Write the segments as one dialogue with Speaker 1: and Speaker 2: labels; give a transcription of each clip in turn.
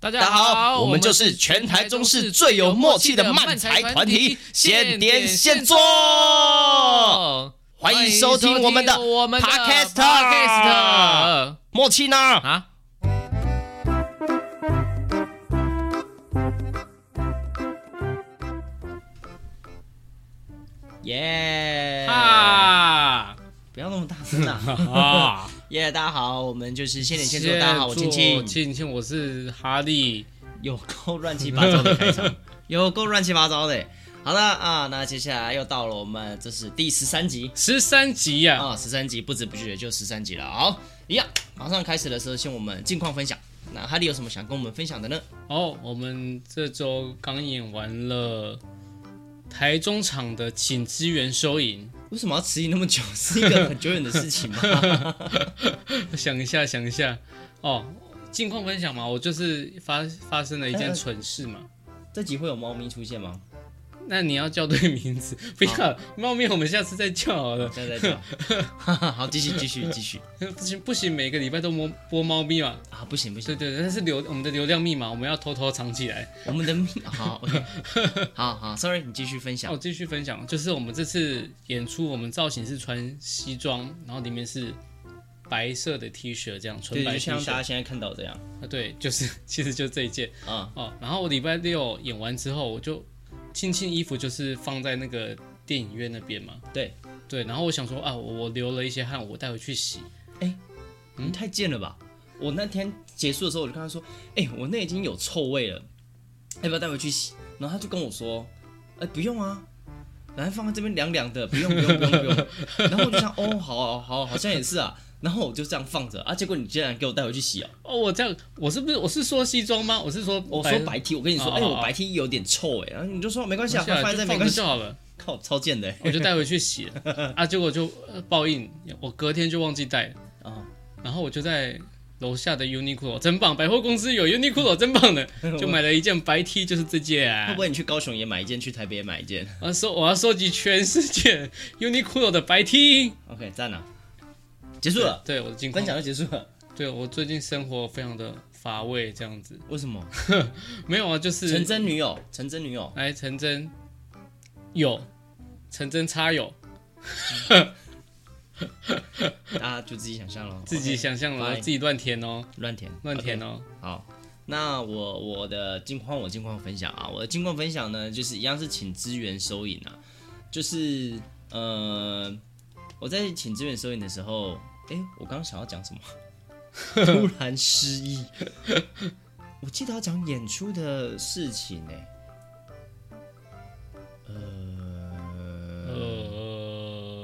Speaker 1: 大
Speaker 2: 大
Speaker 1: 家
Speaker 2: 家好，
Speaker 1: 好，
Speaker 2: 我们就是全台中市最有默契的漫才团体，现点现做。
Speaker 1: 哦
Speaker 2: 欢迎收听我们的
Speaker 1: 我们的
Speaker 2: Podcast
Speaker 1: Podcast
Speaker 2: 默契呢？
Speaker 1: 啊。
Speaker 2: 耶！哎
Speaker 1: 啊
Speaker 2: 不要那么大声 啊！
Speaker 1: 啊！
Speaker 2: 耶，大家好，我们就是现点现做。大家好，我青
Speaker 1: 庆
Speaker 2: 青。
Speaker 1: 庆庆，我是哈利。
Speaker 2: 有够乱七八糟的开 场，有够乱七八糟的。好了啊，那接下来又到了我们这是第十三集
Speaker 1: 十三集呀、
Speaker 2: 啊，十三集不知不觉就十三集了。好，一样，马上开始的时候，先我们近况分享。那哈利有什么想跟我们分享的呢？
Speaker 1: 哦，我们这周刚演完了台中场的请支援收银，
Speaker 2: 为什么要迟疑那么久？是一个很久远的事情吗？
Speaker 1: 想一下，想一下，哦，近况分享嘛，我就是发发生了一件蠢事嘛。
Speaker 2: 这集会有猫咪出现吗？
Speaker 1: 那你要叫对名字，不
Speaker 2: 啊
Speaker 1: 要猫咪，我们下次再叫好了。
Speaker 2: 现在再讲。 好，继续继续继续
Speaker 1: 不行不行，每个礼拜都播播猫咪嘛。
Speaker 2: 啊！不行不行，
Speaker 1: 对对，对那是流我们的流量密码，我们要偷偷藏起来。
Speaker 2: 我们的命好，OK，好好，Sorry，你继续分
Speaker 1: 那我
Speaker 2: 享。
Speaker 1: 哦继续分享，就是我们这次演出，我们造型是穿西装，然后里面是白色的 T 恤，这样纯
Speaker 2: 对，
Speaker 1: 白
Speaker 2: 就
Speaker 1: T
Speaker 2: 像大
Speaker 1: 恤。
Speaker 2: 家现在看到这样
Speaker 1: 啊，对， 就是其实就这一件。
Speaker 2: 啊，
Speaker 1: 哦，然后我礼拜六演完之后，我就庆庆衣服就是放在那个电影院那边嘛。
Speaker 2: 对
Speaker 1: 对，然后我想说啊，我我流了一些汗，我带回去洗。
Speaker 2: 你嗯太贱了吧！我那天结束的时候，我就跟他说：“哎、我那已经有臭味了，要不要带回去洗？”然后他就跟我说：“哎、不用啊，然后放在这边凉凉的，不用不用不用不用。”然后我就想：“哦，好好好，好像也是啊。”然后我就这样放着啊，结果你竟然给我带回去洗哦！
Speaker 1: 哦，我这样，我是不是我是说西装吗？我是说
Speaker 2: 我说白 T，我跟你说，
Speaker 1: 哦
Speaker 2: 哎、
Speaker 1: 哦
Speaker 2: 我
Speaker 1: 哦
Speaker 2: 白 T 有点臭哎、然后你就说没关系
Speaker 1: 下
Speaker 2: 啊，
Speaker 1: 就
Speaker 2: 放
Speaker 1: 放
Speaker 2: 在这没关
Speaker 1: 着
Speaker 2: 系
Speaker 1: 就。好了，
Speaker 2: 靠，超贱的、欸、
Speaker 1: 我就带回去洗了。啊，结果就呃报应，我隔天就忘记带了。
Speaker 2: 啊！
Speaker 1: 然后我就在楼下的 Uniqlo，真棒，百货公司有 Uniqlo，真棒的，就买了一件白 T，就是这件、啊。
Speaker 2: 会不会你去高雄也买一件，去台北也买一件
Speaker 1: 我要收，我要收集全世界 Uniqlo 的白 T。
Speaker 2: ？OK，赞啊！结束了，
Speaker 1: 对我的近况
Speaker 2: 分享就结束了。
Speaker 1: 对我最近生活非常的乏味，这样子
Speaker 2: 为什么？
Speaker 1: 没有啊，就是
Speaker 2: 陈真女友，陈真女友，
Speaker 1: 来陈真有陈真插有，
Speaker 2: 大家就自己想象咯，
Speaker 1: 自己想象了
Speaker 2: fine
Speaker 1: 自己乱填哦，
Speaker 2: 乱填
Speaker 1: 乱填
Speaker 2: OK，
Speaker 1: 哦。
Speaker 2: 好，那我我的近况，我近况分享啊，我的近况分享呢，就是一样是请资源收银啊，就是呃，我在请资源收银的时候，诶，我刚刚想要讲什么，突然失忆。我记得要讲演出的事情欸呢、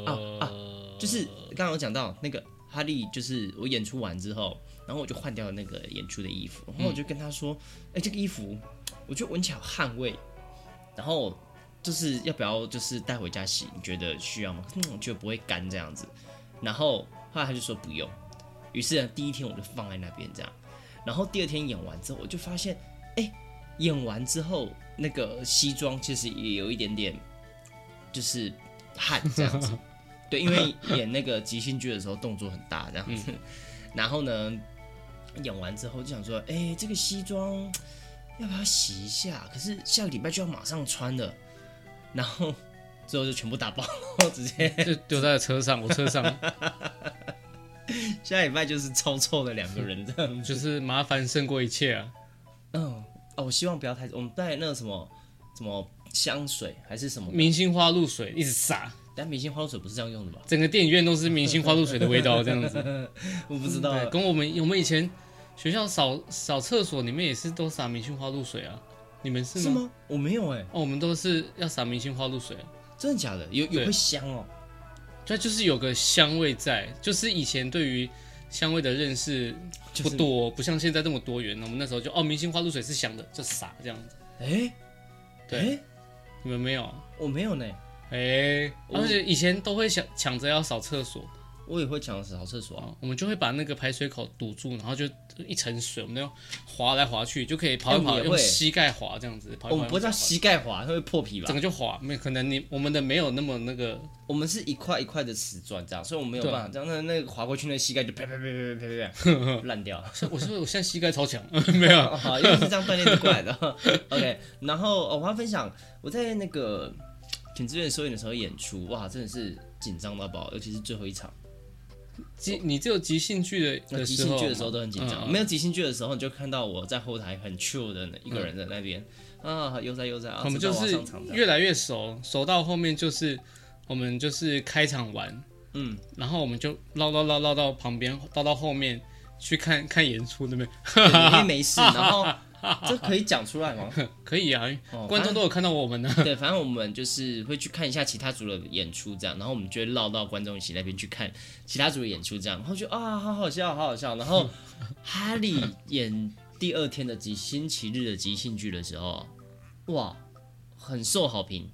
Speaker 1: 呃
Speaker 2: 啊就是刚刚有讲到那个哈利，就是我演出完之后，然后我就换掉了那个演出的衣服，然后我就跟他说：“哎、这个衣服，我觉得闻起来有汗味，然后就是要不要就是带回家洗？你觉得需要吗？嗯，我觉得不会干这样子。”然后后来他就说不用，于是呢，第一天我就放在那边这样，然后第二天演完之后，我就发现，哎、演完之后那个西装其实也有一点点就是汗这样子。对，因 为演那个即兴剧的时候动作很大这样子，然后呢，演完之后就想说，哎、这个西装要不要洗一下？可是下个礼拜就要马上穿了，然后最后就全部打包，直接
Speaker 1: 呃就丢在车上，我车上
Speaker 2: 下礼拜就是超臭的两个人这样。
Speaker 1: 就是麻烦胜过一切啊。
Speaker 2: 嗯，哦，我希望不要太，我们带那个什么什么香水还是什么？
Speaker 1: 明星花露水一直洒，
Speaker 2: 但明星花露水不是这样用的吧？
Speaker 1: 整个电影院都是明星花露水的味 道，这样子。
Speaker 2: 我不知道。啊
Speaker 1: 对，跟我们我们以前学校扫扫厕所里面也是都撒明星花露水啊，你们是
Speaker 2: 是
Speaker 1: 吗？
Speaker 2: 吗？我没有哎、
Speaker 1: 哦，我们都是要撒明星花露水啊。
Speaker 2: 真的假的？有有
Speaker 1: 对
Speaker 2: 会香哦。
Speaker 1: 它就是有个香味在，就是以前对于香味的认识
Speaker 2: 就
Speaker 1: 不
Speaker 2: 是
Speaker 1: 多，不像现在这么多元。我们那时候就哦，明星花露水是香的，就撒这样子。
Speaker 2: 哎、
Speaker 1: 对
Speaker 2: 哎、
Speaker 1: 你们没有？啊
Speaker 2: 我没有呢。
Speaker 1: 哎、
Speaker 2: 我
Speaker 1: 而且以前都会想抢着要扫厕所，
Speaker 2: 我也会抢扫厕所啊。
Speaker 1: 哦我们就会把那个排水口堵住，然后就一层水，我们那样滑来滑去，就可以跑一
Speaker 2: 哎我
Speaker 1: 跑，
Speaker 2: 们也
Speaker 1: 用
Speaker 2: 会
Speaker 1: 膝盖滑这样子，跑一跑
Speaker 2: 我们不会叫
Speaker 1: 用
Speaker 2: 膝盖滑，它会破皮
Speaker 1: 滑
Speaker 2: 吧
Speaker 1: 整？个就滑，没可能你我们的没有那么那个，
Speaker 2: 我们是一块一块的瓷砖这样，所以我们没有
Speaker 1: 对
Speaker 2: 办法这样。那那个滑过去，那膝盖就啪啪啪啪啪啪啪烂掉。
Speaker 1: 是我是我现在膝盖超 强，没有，
Speaker 2: 哦好，因为是这样锻炼的过来的。OK，然后、哦我要分享我在那个请志愿收演的时候演出，哇，真的是紧张到爆，尤其是最后一场。
Speaker 1: 即你只有即兴剧的
Speaker 2: 那
Speaker 1: 的
Speaker 2: 即
Speaker 1: 时
Speaker 2: 兴
Speaker 1: 候，啊
Speaker 2: 剧的时候都很紧张，啊
Speaker 1: 嗯
Speaker 2: 没有即兴剧的时候，你就看到我在后台很 chill 的一个人在那边、啊，悠哉悠哉啊，
Speaker 1: 我们就
Speaker 2: 知道我要
Speaker 1: 是
Speaker 2: 上场的
Speaker 1: 越来越熟，熟到后面就是我们就是开场玩，嗯，然后我们就唠唠唠唠到旁边，唠到后面去看看演出那边，
Speaker 2: 对因为没 事，然后这可以讲出 来吗？
Speaker 1: 可以啊，
Speaker 2: 哦
Speaker 1: 观众都有看到我们呢、啊
Speaker 2: 对，反正我们就是会去看一下其他组的演出，这样，然后我们就会绕到观众席那边去看其他组的演出，这样，然后就啊，好好笑，好好笑。然 后哈利演第二天的即星期日的即兴剧的时候，哇，很受好评。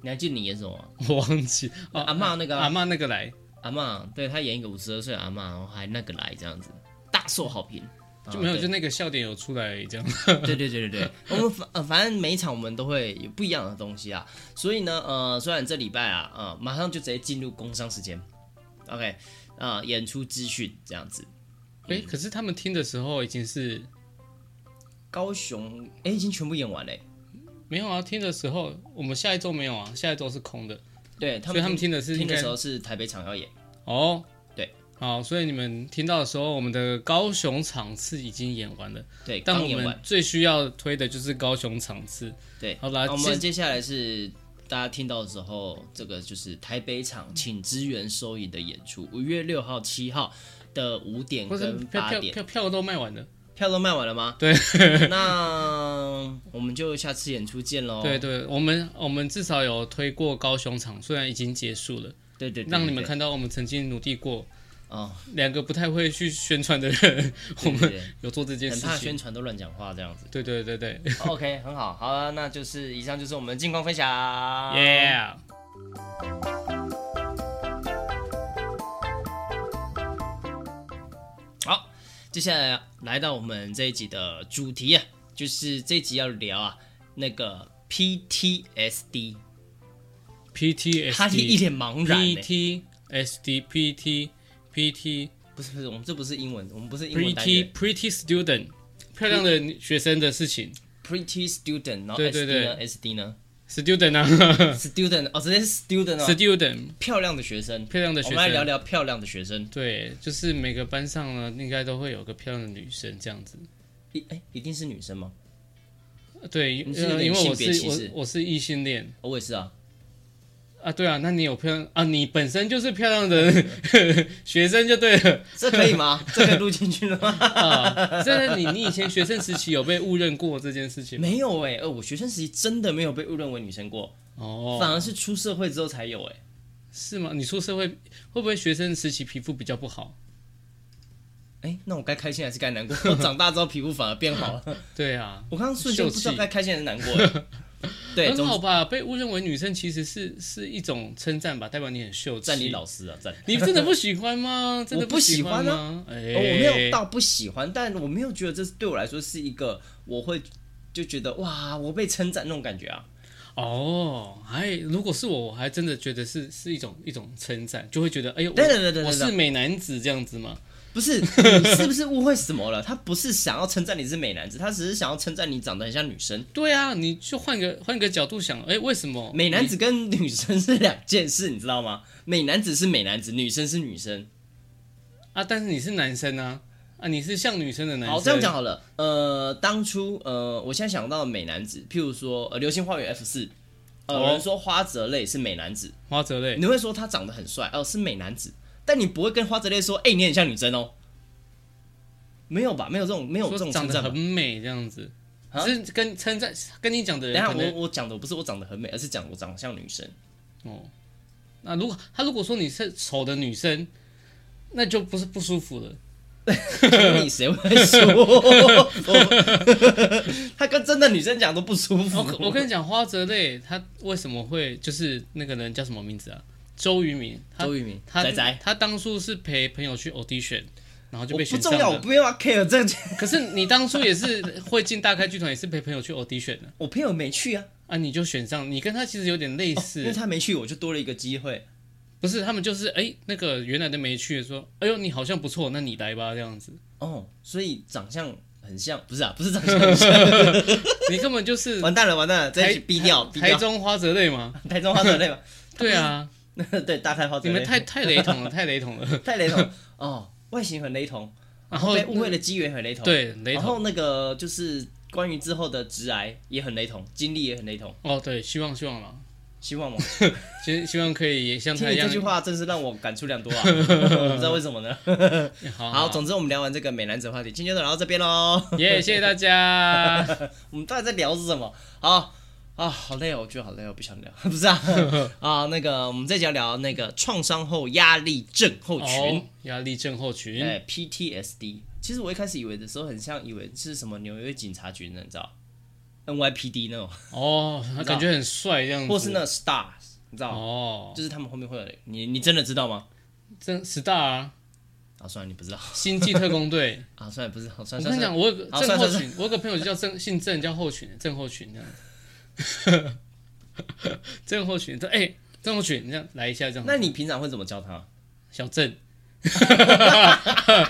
Speaker 2: 你还记得你演什么吗？
Speaker 1: 我忘记哦，
Speaker 2: 阿嬷那个啊
Speaker 1: 阿妈那个来，
Speaker 2: 阿嬷，对他演一个五十二岁的阿嬷，然后还那个来这样子，大受好评。
Speaker 1: 就没有
Speaker 2: 啊对
Speaker 1: 就那个笑点有出来这样，
Speaker 2: 对对对 对对，我们反呃反正每一场我们都会有不一样的东西啊，所以呢，呃，虽然这礼拜啊，呃，马上就直接进入工商时间，OK，呃，演出资讯这样子，
Speaker 1: 哎、可是他们听的时候已经是
Speaker 2: 高雄哎、诶已经全部演完嘞，
Speaker 1: 没有啊，听的时候我们下一周没有啊，下一周是空的，
Speaker 2: 对他
Speaker 1: 所以
Speaker 2: 们
Speaker 1: 他们听的是应
Speaker 2: 听的
Speaker 1: 该
Speaker 2: 时候是台北场要演，
Speaker 1: 哦，
Speaker 2: 对，
Speaker 1: 好，所以你们听到的时候，我们的高雄场次已经演完了。
Speaker 2: 对，
Speaker 1: 但
Speaker 2: 刚
Speaker 1: 我
Speaker 2: 演
Speaker 1: 们
Speaker 2: 完，
Speaker 1: 最需要推的就是高雄场次。
Speaker 2: 对，
Speaker 1: 好啦
Speaker 2: 那我
Speaker 1: 接
Speaker 2: 们接下来是。大家听到的时候，这个就是台北场请支援收银的演出，五月六号、七号的五点
Speaker 1: 或者
Speaker 2: 跟
Speaker 1: 票
Speaker 2: 八
Speaker 1: 票
Speaker 2: 点，
Speaker 1: 票票都卖完了。
Speaker 2: 票都卖完了吗？对， 那我们就下次演出见喽。
Speaker 1: 对对，我们我们至少有推过高雄场，虽然已经结束了，
Speaker 2: 对对对，
Speaker 1: 让你们
Speaker 2: 对
Speaker 1: 看到我们曾经努力过。
Speaker 2: 哦，
Speaker 1: 两个不太会去宣传的人，我
Speaker 2: 对对
Speaker 1: 们
Speaker 2: 对
Speaker 1: 有做这件
Speaker 2: 很
Speaker 1: 事
Speaker 2: 怕
Speaker 1: 情
Speaker 2: 宣。传都乱讲话这 样子。哦
Speaker 1: 对对对对
Speaker 2: OK，很好，好了，那就是以上就是我们的近况分享。哦
Speaker 1: ，Yeah。
Speaker 2: 好，接下来来到我们这一集的主题啊，就是这一集要聊啊那个 PTSD，哈利一
Speaker 1: PTSD
Speaker 2: 脸茫然、欸。
Speaker 1: PTSD PT PT
Speaker 2: 不是不是，我们这不是英文，我们不是英文单元
Speaker 1: Pretty Pretty Student，漂亮的学生的事情
Speaker 2: Pretty student，然后
Speaker 1: 对对
Speaker 2: SD
Speaker 1: 对
Speaker 2: 呢 ？SD 呢
Speaker 1: ，Student 啊
Speaker 2: ？Student 哦，直接是 student 哦，
Speaker 1: ，Student
Speaker 2: 漂亮的学生。
Speaker 1: 漂亮的
Speaker 2: 我
Speaker 1: 学
Speaker 2: 们来
Speaker 1: 生
Speaker 2: 聊。聊漂亮的学生，
Speaker 1: 对，就是每个班上呢，应该都会有个漂亮的女生这样子。
Speaker 2: 一哎、一定是女生吗？
Speaker 1: 对，
Speaker 2: 你是有
Speaker 1: 呃、
Speaker 2: 点
Speaker 1: 因为我
Speaker 2: 性别
Speaker 1: 是
Speaker 2: 歧视
Speaker 1: 我我是异性恋
Speaker 2: 哦我也是啊，
Speaker 1: 啊，对啊，那你有漂亮啊？你本身就是漂亮的 学生就对了
Speaker 2: 这可以吗？ 这可以录进去了吗？
Speaker 1: 啊。 真的，你你以前学生时期有被误认过这件事情吗？
Speaker 2: 没有哎、呃，我学生时期真的没有被误认为女生过，
Speaker 1: 哦，
Speaker 2: 反而是出社会之后才有哎、
Speaker 1: 是吗？你出社会会不会学生时期皮肤比较不好？
Speaker 2: 哎、那我该开心还是该难过？我长大之后皮肤反而变好了。
Speaker 1: 对啊，
Speaker 2: 我刚刚瞬间不知
Speaker 1: 秀
Speaker 2: 道
Speaker 1: 气
Speaker 2: 该开心还是难过、哎 对，
Speaker 1: 很
Speaker 2: 总
Speaker 1: 好
Speaker 2: 之
Speaker 1: 吧？被误认为女生其实是是一种称赞吧，代表你很秀气。
Speaker 2: 赞你老师啊，赞、
Speaker 1: 你真的不喜欢吗？ 真的
Speaker 2: 我不喜
Speaker 1: 欢
Speaker 2: 欢
Speaker 1: 吗？哎、
Speaker 2: 哦我没有到不喜欢，但我没有觉得这是对我来说是一个我会就觉得哇，我被称赞那种感觉啊。
Speaker 1: 哦，还如果是我，我还真的觉得是是一种一种称赞，就会觉得哎呦，
Speaker 2: 等等等等
Speaker 1: 我我
Speaker 2: 等等
Speaker 1: 是美男子这样子吗？
Speaker 2: 不是，你是不是误会什么了？他不是想要称赞你是美男子，他只是想要称赞你长得很像女生。
Speaker 1: 对啊，你就换个换个角度想，哎，为什么
Speaker 2: 美男子跟女生是两件事，你知道吗？美男子是美男子，女生是女生。
Speaker 1: 啊？但是你是男生啊，啊，你是像女生的男生。
Speaker 2: 好，这样讲好了。呃，当初呃，我现在想到的美男子，譬如说《呃、流星花园 F 四》，呃，
Speaker 1: 哦
Speaker 2: 有人说花泽类是美男子，
Speaker 1: 花泽类，
Speaker 2: 你会说他长得很帅，哦、是美男子，但你不会跟花泽类说，哎、你很像女生哦。没有吧？没有这种没有这
Speaker 1: 说
Speaker 2: 种
Speaker 1: 长
Speaker 2: 称
Speaker 1: 得
Speaker 2: 赞吧
Speaker 1: 很。美这样子，
Speaker 2: 啊
Speaker 1: 只是跟称赞跟你讲的
Speaker 2: 等一
Speaker 1: 人
Speaker 2: 下，
Speaker 1: 可
Speaker 2: 我
Speaker 1: 能
Speaker 2: 我讲的不是我长得很美，而是讲我长得像女生。
Speaker 1: 哦。那如果他如果说你是丑的女生，那就不是不舒服了。
Speaker 2: 请你谁会说？他跟真的女生讲都不舒服。
Speaker 1: 我跟你讲，花泽类他为什么会就是那个人叫什么名字啊？ 周渝民，他
Speaker 2: 周渝民，
Speaker 1: 他
Speaker 2: 仔仔，
Speaker 1: 他当初是陪朋友去 audition，然后就
Speaker 2: 我
Speaker 1: 被
Speaker 2: 不
Speaker 1: 选
Speaker 2: 重
Speaker 1: 上
Speaker 2: 要，我
Speaker 1: 了。
Speaker 2: 不要 care 这个，
Speaker 1: 可是你当初也是会进大开剧团，也是陪朋友去 audition 的
Speaker 2: 我朋友没去啊，
Speaker 1: 啊，你就选上，你跟他其实有点类似，
Speaker 2: 因为他没去，我就多了一个机会。
Speaker 1: 不是他们就是哎、那个原来的没去，说哎呦你好像不错，那你来吧这 样子，
Speaker 2: 哦，所以长相很像，不是啊，不 是长相 很像，
Speaker 1: 你根本就是
Speaker 2: 完蛋了，完蛋了，这一
Speaker 1: 台
Speaker 2: 起逼掉，逼
Speaker 1: 台
Speaker 2: 掉，
Speaker 1: 中花泽类嘛，
Speaker 2: 台中花泽类吧，
Speaker 1: 对啊，
Speaker 2: 对，大开花泽
Speaker 1: 你
Speaker 2: 类，
Speaker 1: 们太太雷同 了，太雷同了，
Speaker 2: 太雷同哦，外形很雷同，
Speaker 1: 然后
Speaker 2: 被误会的机缘很雷同，，
Speaker 1: 对雷
Speaker 2: 然
Speaker 1: 同
Speaker 2: 后那个就是关于之后的直癌也很雷同，经历也很雷同，
Speaker 1: 哦对，希望希望了，
Speaker 2: 希望吗？
Speaker 1: 希希望可以也像
Speaker 2: 听
Speaker 1: 他
Speaker 2: 你
Speaker 1: 一样
Speaker 2: 这句，话真是让我感触良多 啊，我不知道为什么呢。
Speaker 1: 好
Speaker 2: 好，总之我们聊完这个美男子话题，今天就聊到这边喽。
Speaker 1: 耶谢谢大家。
Speaker 2: 我们到底在聊是什么？好啊，好累哦，我觉得好累哦，不想聊。 不是啊，啊，那个我们这集要聊那个创伤后压力症候群
Speaker 1: 哦，，嗯压力症候群。
Speaker 2: 哎、p t s d 其实我一开始以为的时候，很像以为是什么纽约警察局呢，你知道，NYPD 那种，
Speaker 1: 哦，他感觉很帅这样子。
Speaker 2: 或是那 Star，你知道，
Speaker 1: 嗯哦，
Speaker 2: 就是他们后面会有你，你真的知道吗？
Speaker 1: 真 star 啊，
Speaker 2: 啊，算了，你不知道
Speaker 1: 星际特工队。
Speaker 2: 啊，算了，不知道，算
Speaker 1: 我
Speaker 2: 了，
Speaker 1: 跟你
Speaker 2: 算了算了，
Speaker 1: 讲，我有个
Speaker 2: 好
Speaker 1: 症候
Speaker 2: 算了
Speaker 1: 群，我有个朋友就叫郑，姓郑叫后群，郑后群这样子。 郑后群，这哎，郑后群，你这样来一下这样。
Speaker 2: 那你平常会怎么教他？
Speaker 1: 小郑，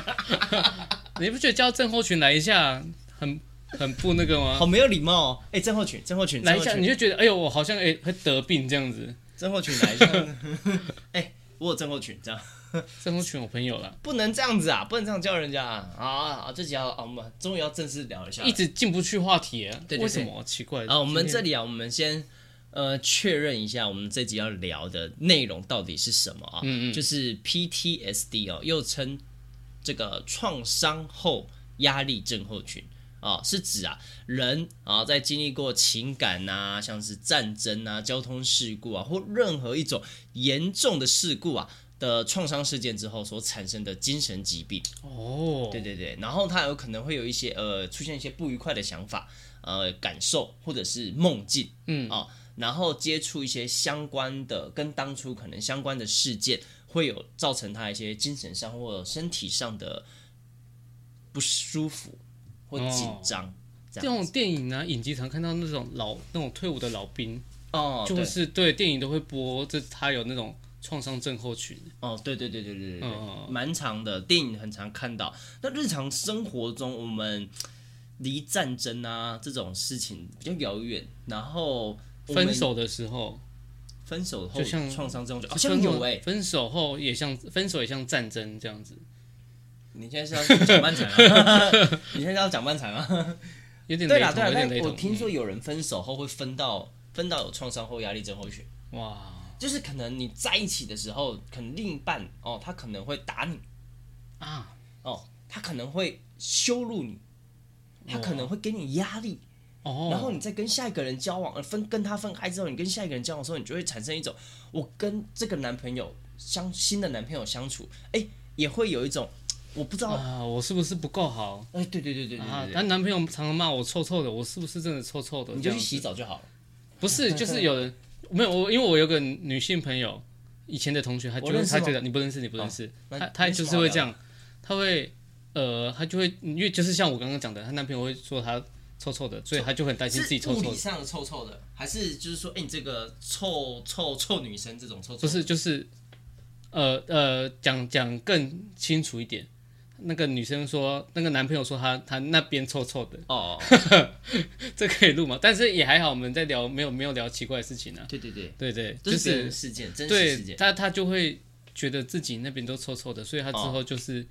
Speaker 1: 你不觉得叫郑后群来一下很很不那个吗？
Speaker 2: 好没有礼貌哦！哎、郑厚群，郑厚群，
Speaker 1: 来
Speaker 2: 郑
Speaker 1: 一
Speaker 2: 厚
Speaker 1: 下你
Speaker 2: 群，
Speaker 1: 就觉得，哎呦，我好像哎会得病这样子。
Speaker 2: 郑厚群来一下。 哎、我有郑厚群，这样
Speaker 1: 郑后群我朋友啦，
Speaker 2: 不能这样子啊，不能这样叫人家啊！啊啊啊！这集要啊，我们终于要正式聊一下了
Speaker 1: 一直进不去话题啊，
Speaker 2: 对对
Speaker 1: 为什么？奇怪
Speaker 2: 啊，我们
Speaker 1: 今天
Speaker 2: 这里啊，我们先呃确认一下，我们这集要聊的内容到底是什么啊？
Speaker 1: 嗯嗯
Speaker 2: 就是 PTSD 哦，又称这个创伤后压力症候群。啊、是指啊，人啊，在经历过情感呐、像是战争啊、交通事故啊，或任何一种严重的事故啊的创伤事件之后所产生的精神疾病。
Speaker 1: 哦，
Speaker 2: 对对对，然后他有可能会有一些呃出现一些不愉快的想法、呃感受或者是梦境，嗯啊、然后接触一些相关的跟当初可能相关的事件，会有造成他一些精神上或身体上的不舒服或紧张。这
Speaker 1: 这
Speaker 2: 样
Speaker 1: 种电影啊，影集常看到那种老那种退伍的老兵，
Speaker 2: 哦，
Speaker 1: 就
Speaker 2: 对
Speaker 1: 是对电影都会播，这他有那种创伤症候群。
Speaker 2: 哦，对对对对对对对
Speaker 1: 嗯，
Speaker 2: 蛮、长的，电影很常看到。那日常生活中，我们离战争啊这种事情比较遥远，然后我们
Speaker 1: 分手的时候，
Speaker 2: 分手后
Speaker 1: 就像
Speaker 2: 创伤这种，好
Speaker 1: 分手
Speaker 2: 像有哎、
Speaker 1: 分手后也像分手也像战争这样子，
Speaker 2: 你现在是要讲漫长啊？ 你现在是要讲漫 长啊？
Speaker 1: 有点
Speaker 2: 对
Speaker 1: 雷
Speaker 2: 啦
Speaker 1: 同，
Speaker 2: 对啦
Speaker 1: 有，点雷
Speaker 2: 但我
Speaker 1: 同。
Speaker 2: 听说有人分手后会分到分到有创伤后压力症候群，
Speaker 1: 嗯哇
Speaker 2: 就是可能你在一起的时候，可能另一半哦，他可能会打你
Speaker 1: 啊，
Speaker 2: 哦，他可能会羞辱你，他可能会给你压力。
Speaker 1: 哦，
Speaker 2: 然后你再跟下一个人交往，呃分跟他分开之后，你跟下一个人交往的时候，你就会产生一种我跟这个男朋友相新的男朋友相处，哎，也会有一种我不知道，
Speaker 1: 啊，我是不是不够好
Speaker 2: 哎，对对对对对
Speaker 1: 啊
Speaker 2: 对？对，
Speaker 1: 但男朋友常常骂我臭臭的，我是不是真的臭臭的？
Speaker 2: 你
Speaker 1: 这
Speaker 2: 就去
Speaker 1: 样子
Speaker 2: 洗澡就好了。
Speaker 1: 不 是，就是有人没有我，因为我有个女性朋友，以前的同学，她就
Speaker 2: 我
Speaker 1: 会
Speaker 2: 认识
Speaker 1: 她
Speaker 2: 吗哦
Speaker 1: 觉得你不认识，你不认识，
Speaker 2: 那
Speaker 1: 她她
Speaker 2: 那什
Speaker 1: 就
Speaker 2: 么
Speaker 1: 是
Speaker 2: 好
Speaker 1: 会
Speaker 2: 聊
Speaker 1: 这样，她会呃，她就会因为就是像我刚刚讲的，她男朋友会说她臭臭的，所以她就很担心自己臭
Speaker 2: 物
Speaker 1: 臭
Speaker 2: 理
Speaker 1: 的，
Speaker 2: 上的臭臭的，还是就是说，哎，你这个臭臭臭女生这种臭臭？
Speaker 1: 不是就是呃呃讲讲更清楚一点。那个女生说，那个男朋友说她她那边臭臭的，
Speaker 2: 哦，
Speaker 1: 这可以录吗？但是也还好，我们在聊没有没有聊奇怪的事情啊。
Speaker 2: 对对对，
Speaker 1: 对对，
Speaker 2: 这
Speaker 1: 就是
Speaker 2: 别人的事件，真实
Speaker 1: 对
Speaker 2: 事件。
Speaker 1: 他，他就会觉得自己那边都臭臭的，所以他之后就是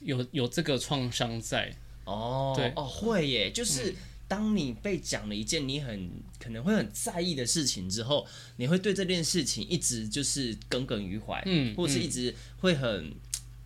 Speaker 1: 有、有这个创伤在。
Speaker 2: 哦，
Speaker 1: 对嗯
Speaker 2: 哦，会耶，就是当你被讲了一件你很可能会很在意的事情之后，你会对这件事情一直就是耿耿于怀，
Speaker 1: 嗯
Speaker 2: 或是一直会很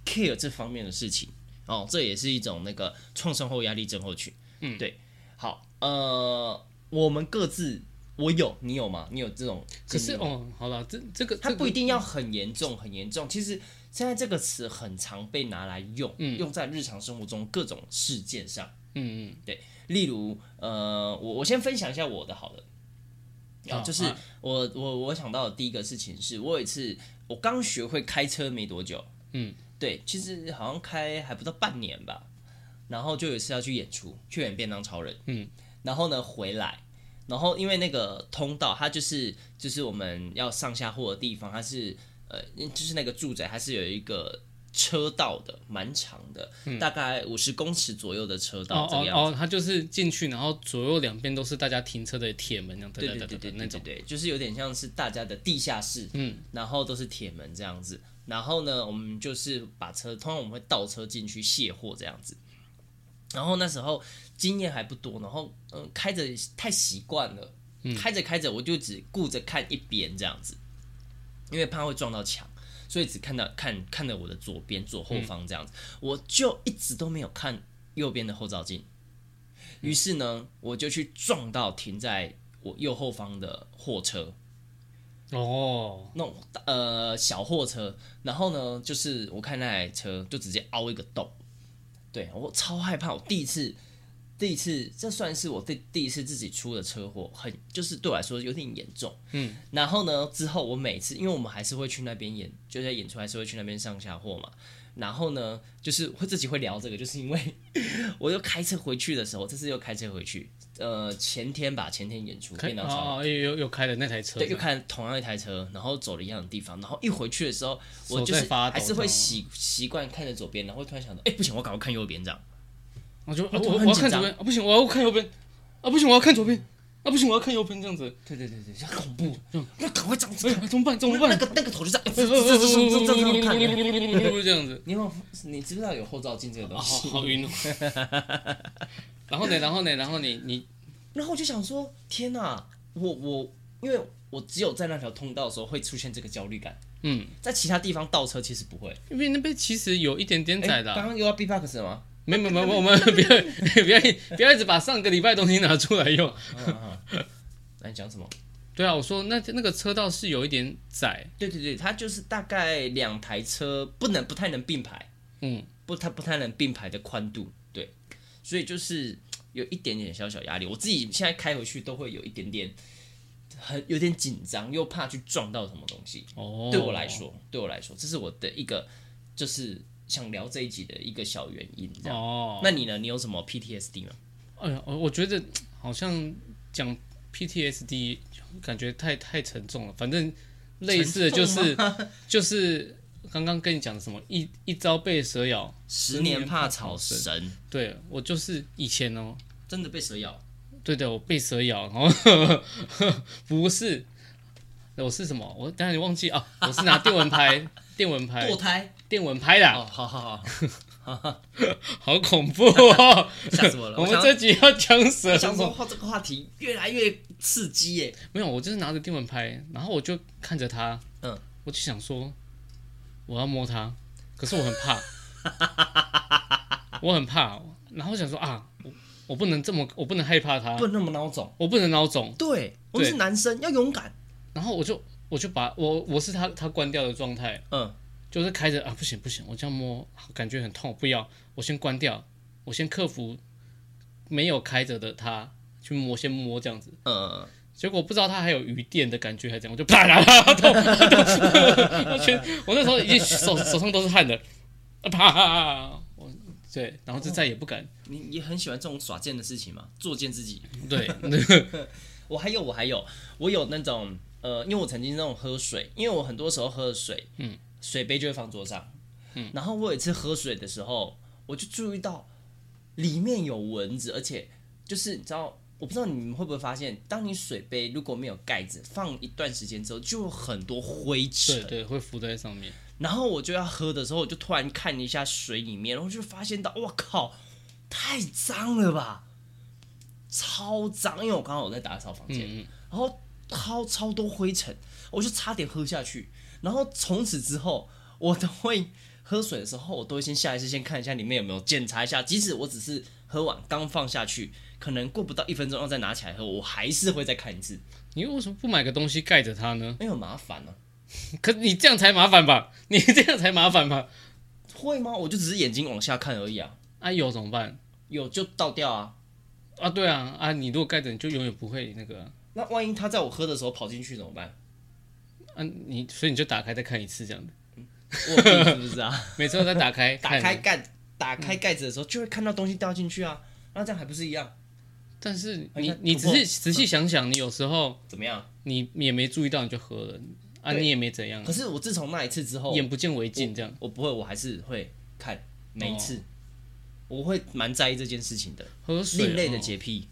Speaker 2: care 这方面的事情。哦，这也是一种那个创伤后压力症候群。嗯，对。好，呃，我们各自，我有，你有吗？你有这种经历吗？
Speaker 1: 可是哦，好了，这这个
Speaker 2: 它
Speaker 1: 这
Speaker 2: 不一
Speaker 1: 个
Speaker 2: 定要很严重，很严重。其实现在这个词很常被拿来用，用在日常生活中各种事件上。
Speaker 1: 嗯嗯嗯
Speaker 2: 例如，呃，我我先分享一下我的好了。
Speaker 1: 哦
Speaker 2: 啊，就是
Speaker 1: 啊
Speaker 2: 我我我想到的第一个事情是，我有一次我刚学会开车没多久，
Speaker 1: 嗯，
Speaker 2: 对，其实好像开还不到半年吧，然后就有一次要去演出，去演便当超人，
Speaker 1: 嗯，
Speaker 2: 然后呢回来，然后因为那个通道它就是就是我们要上下货的地方，它是呃就是那个住宅它是有一个。车道的蛮长的，大概五十公尺左右的车
Speaker 1: 嗯
Speaker 2: 道
Speaker 1: 哦
Speaker 2: 这个样
Speaker 1: 哦
Speaker 2: 子。
Speaker 1: 哦，它就是进去，然后左右两边都是大家停车的铁门，那样
Speaker 2: 对
Speaker 1: 对对
Speaker 2: 对对对
Speaker 1: 对
Speaker 2: 对
Speaker 1: 那
Speaker 2: 对
Speaker 1: 种。
Speaker 2: 对，就是有点像是大家的地下室，
Speaker 1: 嗯，
Speaker 2: 然后都是铁门这样子。然后呢，我们就是把车，通常我们会倒车进去卸货这样子。然后那时候经验还不多，然后嗯，开着太习惯了，
Speaker 1: 嗯
Speaker 2: 开着开着我就只顾着看一边这样子，因为怕会撞到墙，所以只看到看看着我的左边左后方这样子，我就一直都没有看右边的后照镜。于是呢，我就去撞到停在我右后方的货车，
Speaker 1: 哦，
Speaker 2: 那种大呃小货车，然后呢，就是我看那台车就直接凹一个洞，对我超害怕，我第一次，第一次，这算是我第第一次自己出的车祸，很就是对我来说有点严重，嗯，然后呢，之后我每次，因为我们还是会去那边演，就在演出还是会去那边上下货嘛，然后呢，就是会自己会聊这个，就是因为 我又开车回去的时候，这次又开车回去，呃，前天吧，前天演出，
Speaker 1: 开
Speaker 2: 电脑上。
Speaker 1: 哦哦，又又又开了那台车
Speaker 2: 对，，又看同样一台车，然后走了一样的地方，然后一回去的时候，我
Speaker 1: 手
Speaker 2: 就
Speaker 1: 在
Speaker 2: 是
Speaker 1: 发抖
Speaker 2: 还是会
Speaker 1: 这样
Speaker 2: 习习惯看着左边，然后会突然想到，哎、不行，我赶快看右边这样。
Speaker 1: 我就
Speaker 2: 我
Speaker 1: 我
Speaker 2: 突
Speaker 1: 我
Speaker 2: 然
Speaker 1: 我要
Speaker 2: 紧
Speaker 1: 看
Speaker 2: 张
Speaker 1: 左边，啊不行，我要看右边，啊不行，我要看左边，啊不行，我要看右边这样子，
Speaker 2: 对对对对，很恐怖，那赶快这样子
Speaker 1: 哎
Speaker 2: 看，
Speaker 1: 怎么办？怎么
Speaker 2: 那
Speaker 1: 办？
Speaker 2: 个那个头就这样，哎这这这这这 这样看。
Speaker 1: 这样子，
Speaker 2: 你有没有你知不知道有后照镜这个东
Speaker 1: 啊好
Speaker 2: 西？
Speaker 1: 好晕哦。然后呢，然后呢，然后你你
Speaker 2: 然后我就想说，天哪、我我因为我只有在那条通道的时候会出现这个焦虑感，
Speaker 1: 嗯，
Speaker 2: 在其他地方倒车其实不会。
Speaker 1: 因为那边其实有一点点
Speaker 2: 哎
Speaker 1: 窄的
Speaker 2: 刚
Speaker 1: 啊，
Speaker 2: 刚又要 B box 了吗？
Speaker 1: 没有没有没有，我们不要不要 不要一直把上个礼拜的东西拿出来用。
Speaker 2: 啊啊，啊那你讲什么？
Speaker 1: 对啊，我说那那个车道是有一点窄，
Speaker 2: 对对对，它就是大概两台车不能不太能并排，
Speaker 1: 嗯，
Speaker 2: 不它不太能并排的宽度，对，所以就是有一点点小小压力。我自己现在开回去都会有一点点很有点紧张，又怕去撞到什么东西。
Speaker 1: 哦，
Speaker 2: 对我来，说，对我来说，这是我的一个就是想聊这一集的一个小原因。这样，
Speaker 1: 哦，
Speaker 2: 那你呢？你有什么 PTSD 吗？
Speaker 1: 哎呀，我我觉得好像讲 PTSD 感觉太太沉重了，反正类似的就是 就是刚刚跟你讲的什么一一朝被蛇咬，
Speaker 2: 十
Speaker 1: 年
Speaker 2: 年
Speaker 1: 怕
Speaker 2: 怕
Speaker 1: 草
Speaker 2: 草
Speaker 1: 绳
Speaker 2: 绳，
Speaker 1: 对我就是以前哦，
Speaker 2: 真的被蛇咬。
Speaker 1: 对的，我被蛇咬，然后 不是，我是什么？我当然忘记啊，我是拿电蚊拍，电蚊拍
Speaker 2: 堕，胎
Speaker 1: 电蚊拍的，
Speaker 2: 哦，好好好，
Speaker 1: 好恐怖哦！
Speaker 2: 吓死 我了！
Speaker 1: 我
Speaker 2: 我
Speaker 1: 们
Speaker 2: 想
Speaker 1: 这集要讲蛇
Speaker 2: 想说话这个话题越来越刺激耶。
Speaker 1: 没有，我就是拿着电蚊拍，然后我就看着它，
Speaker 2: 嗯，
Speaker 1: 我就想说我要摸它，可是我很 怕，我很怕，然后我想说啊，我我不能这么，我不能害怕它，
Speaker 2: 不能那么孬种。
Speaker 1: 我不能孬种，
Speaker 2: 啊对，我们是男生，要勇敢。
Speaker 1: 然后我就我就把我我是它它关掉的状态，
Speaker 2: 嗯，
Speaker 1: 就是开着啊，不行不行，我这样摸感觉很痛，不要，我先关掉，我先克服没有开着的它去摸，先摸这样子。
Speaker 2: 呃，这
Speaker 1: 结果不知道它还有余电的感觉，还怎样，我就啪啦啦，痛，痛我全，我那时候已经手手上都是汗的，啊啪，我对，然后就再也不敢，
Speaker 2: 你你很喜欢这种耍贱的事情吗？作贱自己。
Speaker 1: 对，
Speaker 2: 我还有，我还有，我有那种呃，因为我曾经那种喝水，因为我很多时候喝的水，嗯，水杯就会放桌上，嗯，然后我有一次喝水的时候，我就注意到里面有蚊子，而且就是你知道。我不知道你们会不会发现，当你水杯如果没有盖子，放一段时间之后，就有很多灰尘。
Speaker 1: 对对，会浮在上面，
Speaker 2: 然后我就要喝的时候，我就突然看一下水里面，然后就发现到，哇靠，太脏了吧，超脏！因为我刚好有在打扫房间，然后超超多灰尘，我就差点喝下去。然后从此之后，我都会喝水的时候，我都会先下意识先看一下里面有没有，检查一下。即使我只是喝完刚放下去，可能过不到一分钟要再拿起来喝，我还是会再看一次，
Speaker 1: 你为什么不买个东西盖着它呢？
Speaker 2: 因为很麻烦啊呢、
Speaker 1: 可你这样才麻烦吧？你这样才麻烦吧？
Speaker 2: 会吗？我就只是眼睛往下看而已啊，
Speaker 1: 啊有怎么办？
Speaker 2: 有就倒掉啊。
Speaker 1: 啊对啊啊，你如果盖着，你就永远不会那个啊、
Speaker 2: 那万一他在我喝的时候跑进去怎么 办？
Speaker 1: 啊，你所以你就打开再看一次这样的，
Speaker 2: 我有病是不是啊？
Speaker 1: 每次都再打开
Speaker 2: 打
Speaker 1: 看。
Speaker 2: 开盖打开盖子的时候就会看到东西掉进去啊，那这样还不是一样？
Speaker 1: 但是
Speaker 2: 你
Speaker 1: 你
Speaker 2: 看
Speaker 1: 你
Speaker 2: 突
Speaker 1: 仔
Speaker 2: 破
Speaker 1: 细仔细想想，你有时候
Speaker 2: 怎么样？
Speaker 1: 你也没注意到，你就喝了啊，
Speaker 2: 对
Speaker 1: 你也没怎样
Speaker 2: 可，是我自从那一次之后，
Speaker 1: 眼不见为净这样。
Speaker 2: 我不会，我还是会看每一次，我会蛮在意这件事情的，
Speaker 1: 喝水
Speaker 2: 另类的
Speaker 1: 哦
Speaker 2: 洁癖，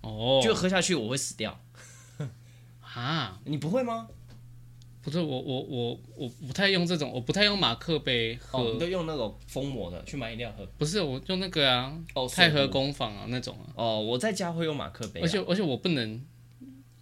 Speaker 1: 哦，
Speaker 2: 就喝下去我会死掉。
Speaker 1: 啊，
Speaker 2: 你不会吗？
Speaker 1: 不是我我我我不太用这种，我不太用马克杯
Speaker 2: 哦，你
Speaker 1: 喝，
Speaker 2: 都用那种封膜的去买饮料喝。
Speaker 1: 不是我用那个啊
Speaker 2: 哦，
Speaker 1: 太
Speaker 2: 水
Speaker 1: 和
Speaker 2: 壶
Speaker 1: 工坊啊那种啊，
Speaker 2: 哦，我在家会用马克杯啊、
Speaker 1: 而且而且我不能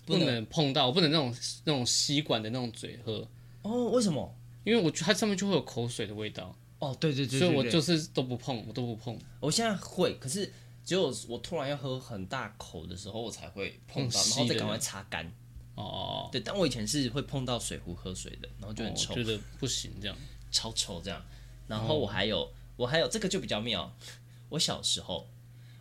Speaker 2: 不
Speaker 1: 不
Speaker 2: 能
Speaker 1: 能碰到，我不能那种那种吸管的那种嘴喝，
Speaker 2: 哦，为什么？
Speaker 1: 因为我它上面就会有口水的味道，
Speaker 2: 哦，对对对
Speaker 1: 所以我就是都不碰，我都不碰，
Speaker 2: 我现在会，可是只有我突然要喝很大口的时候，我才会碰
Speaker 1: 用
Speaker 2: 到，
Speaker 1: 吸
Speaker 2: 然
Speaker 1: 的
Speaker 2: 后再赶快擦干。
Speaker 1: 哦哦
Speaker 2: 对，但我以前是会碰到水壶喝水的，然后
Speaker 1: 哦，
Speaker 2: 就很臭，
Speaker 1: 我觉得不行这样，
Speaker 2: 超臭这样。然后我还有，
Speaker 1: 哦
Speaker 2: 我还有这个就比较妙。我小时候，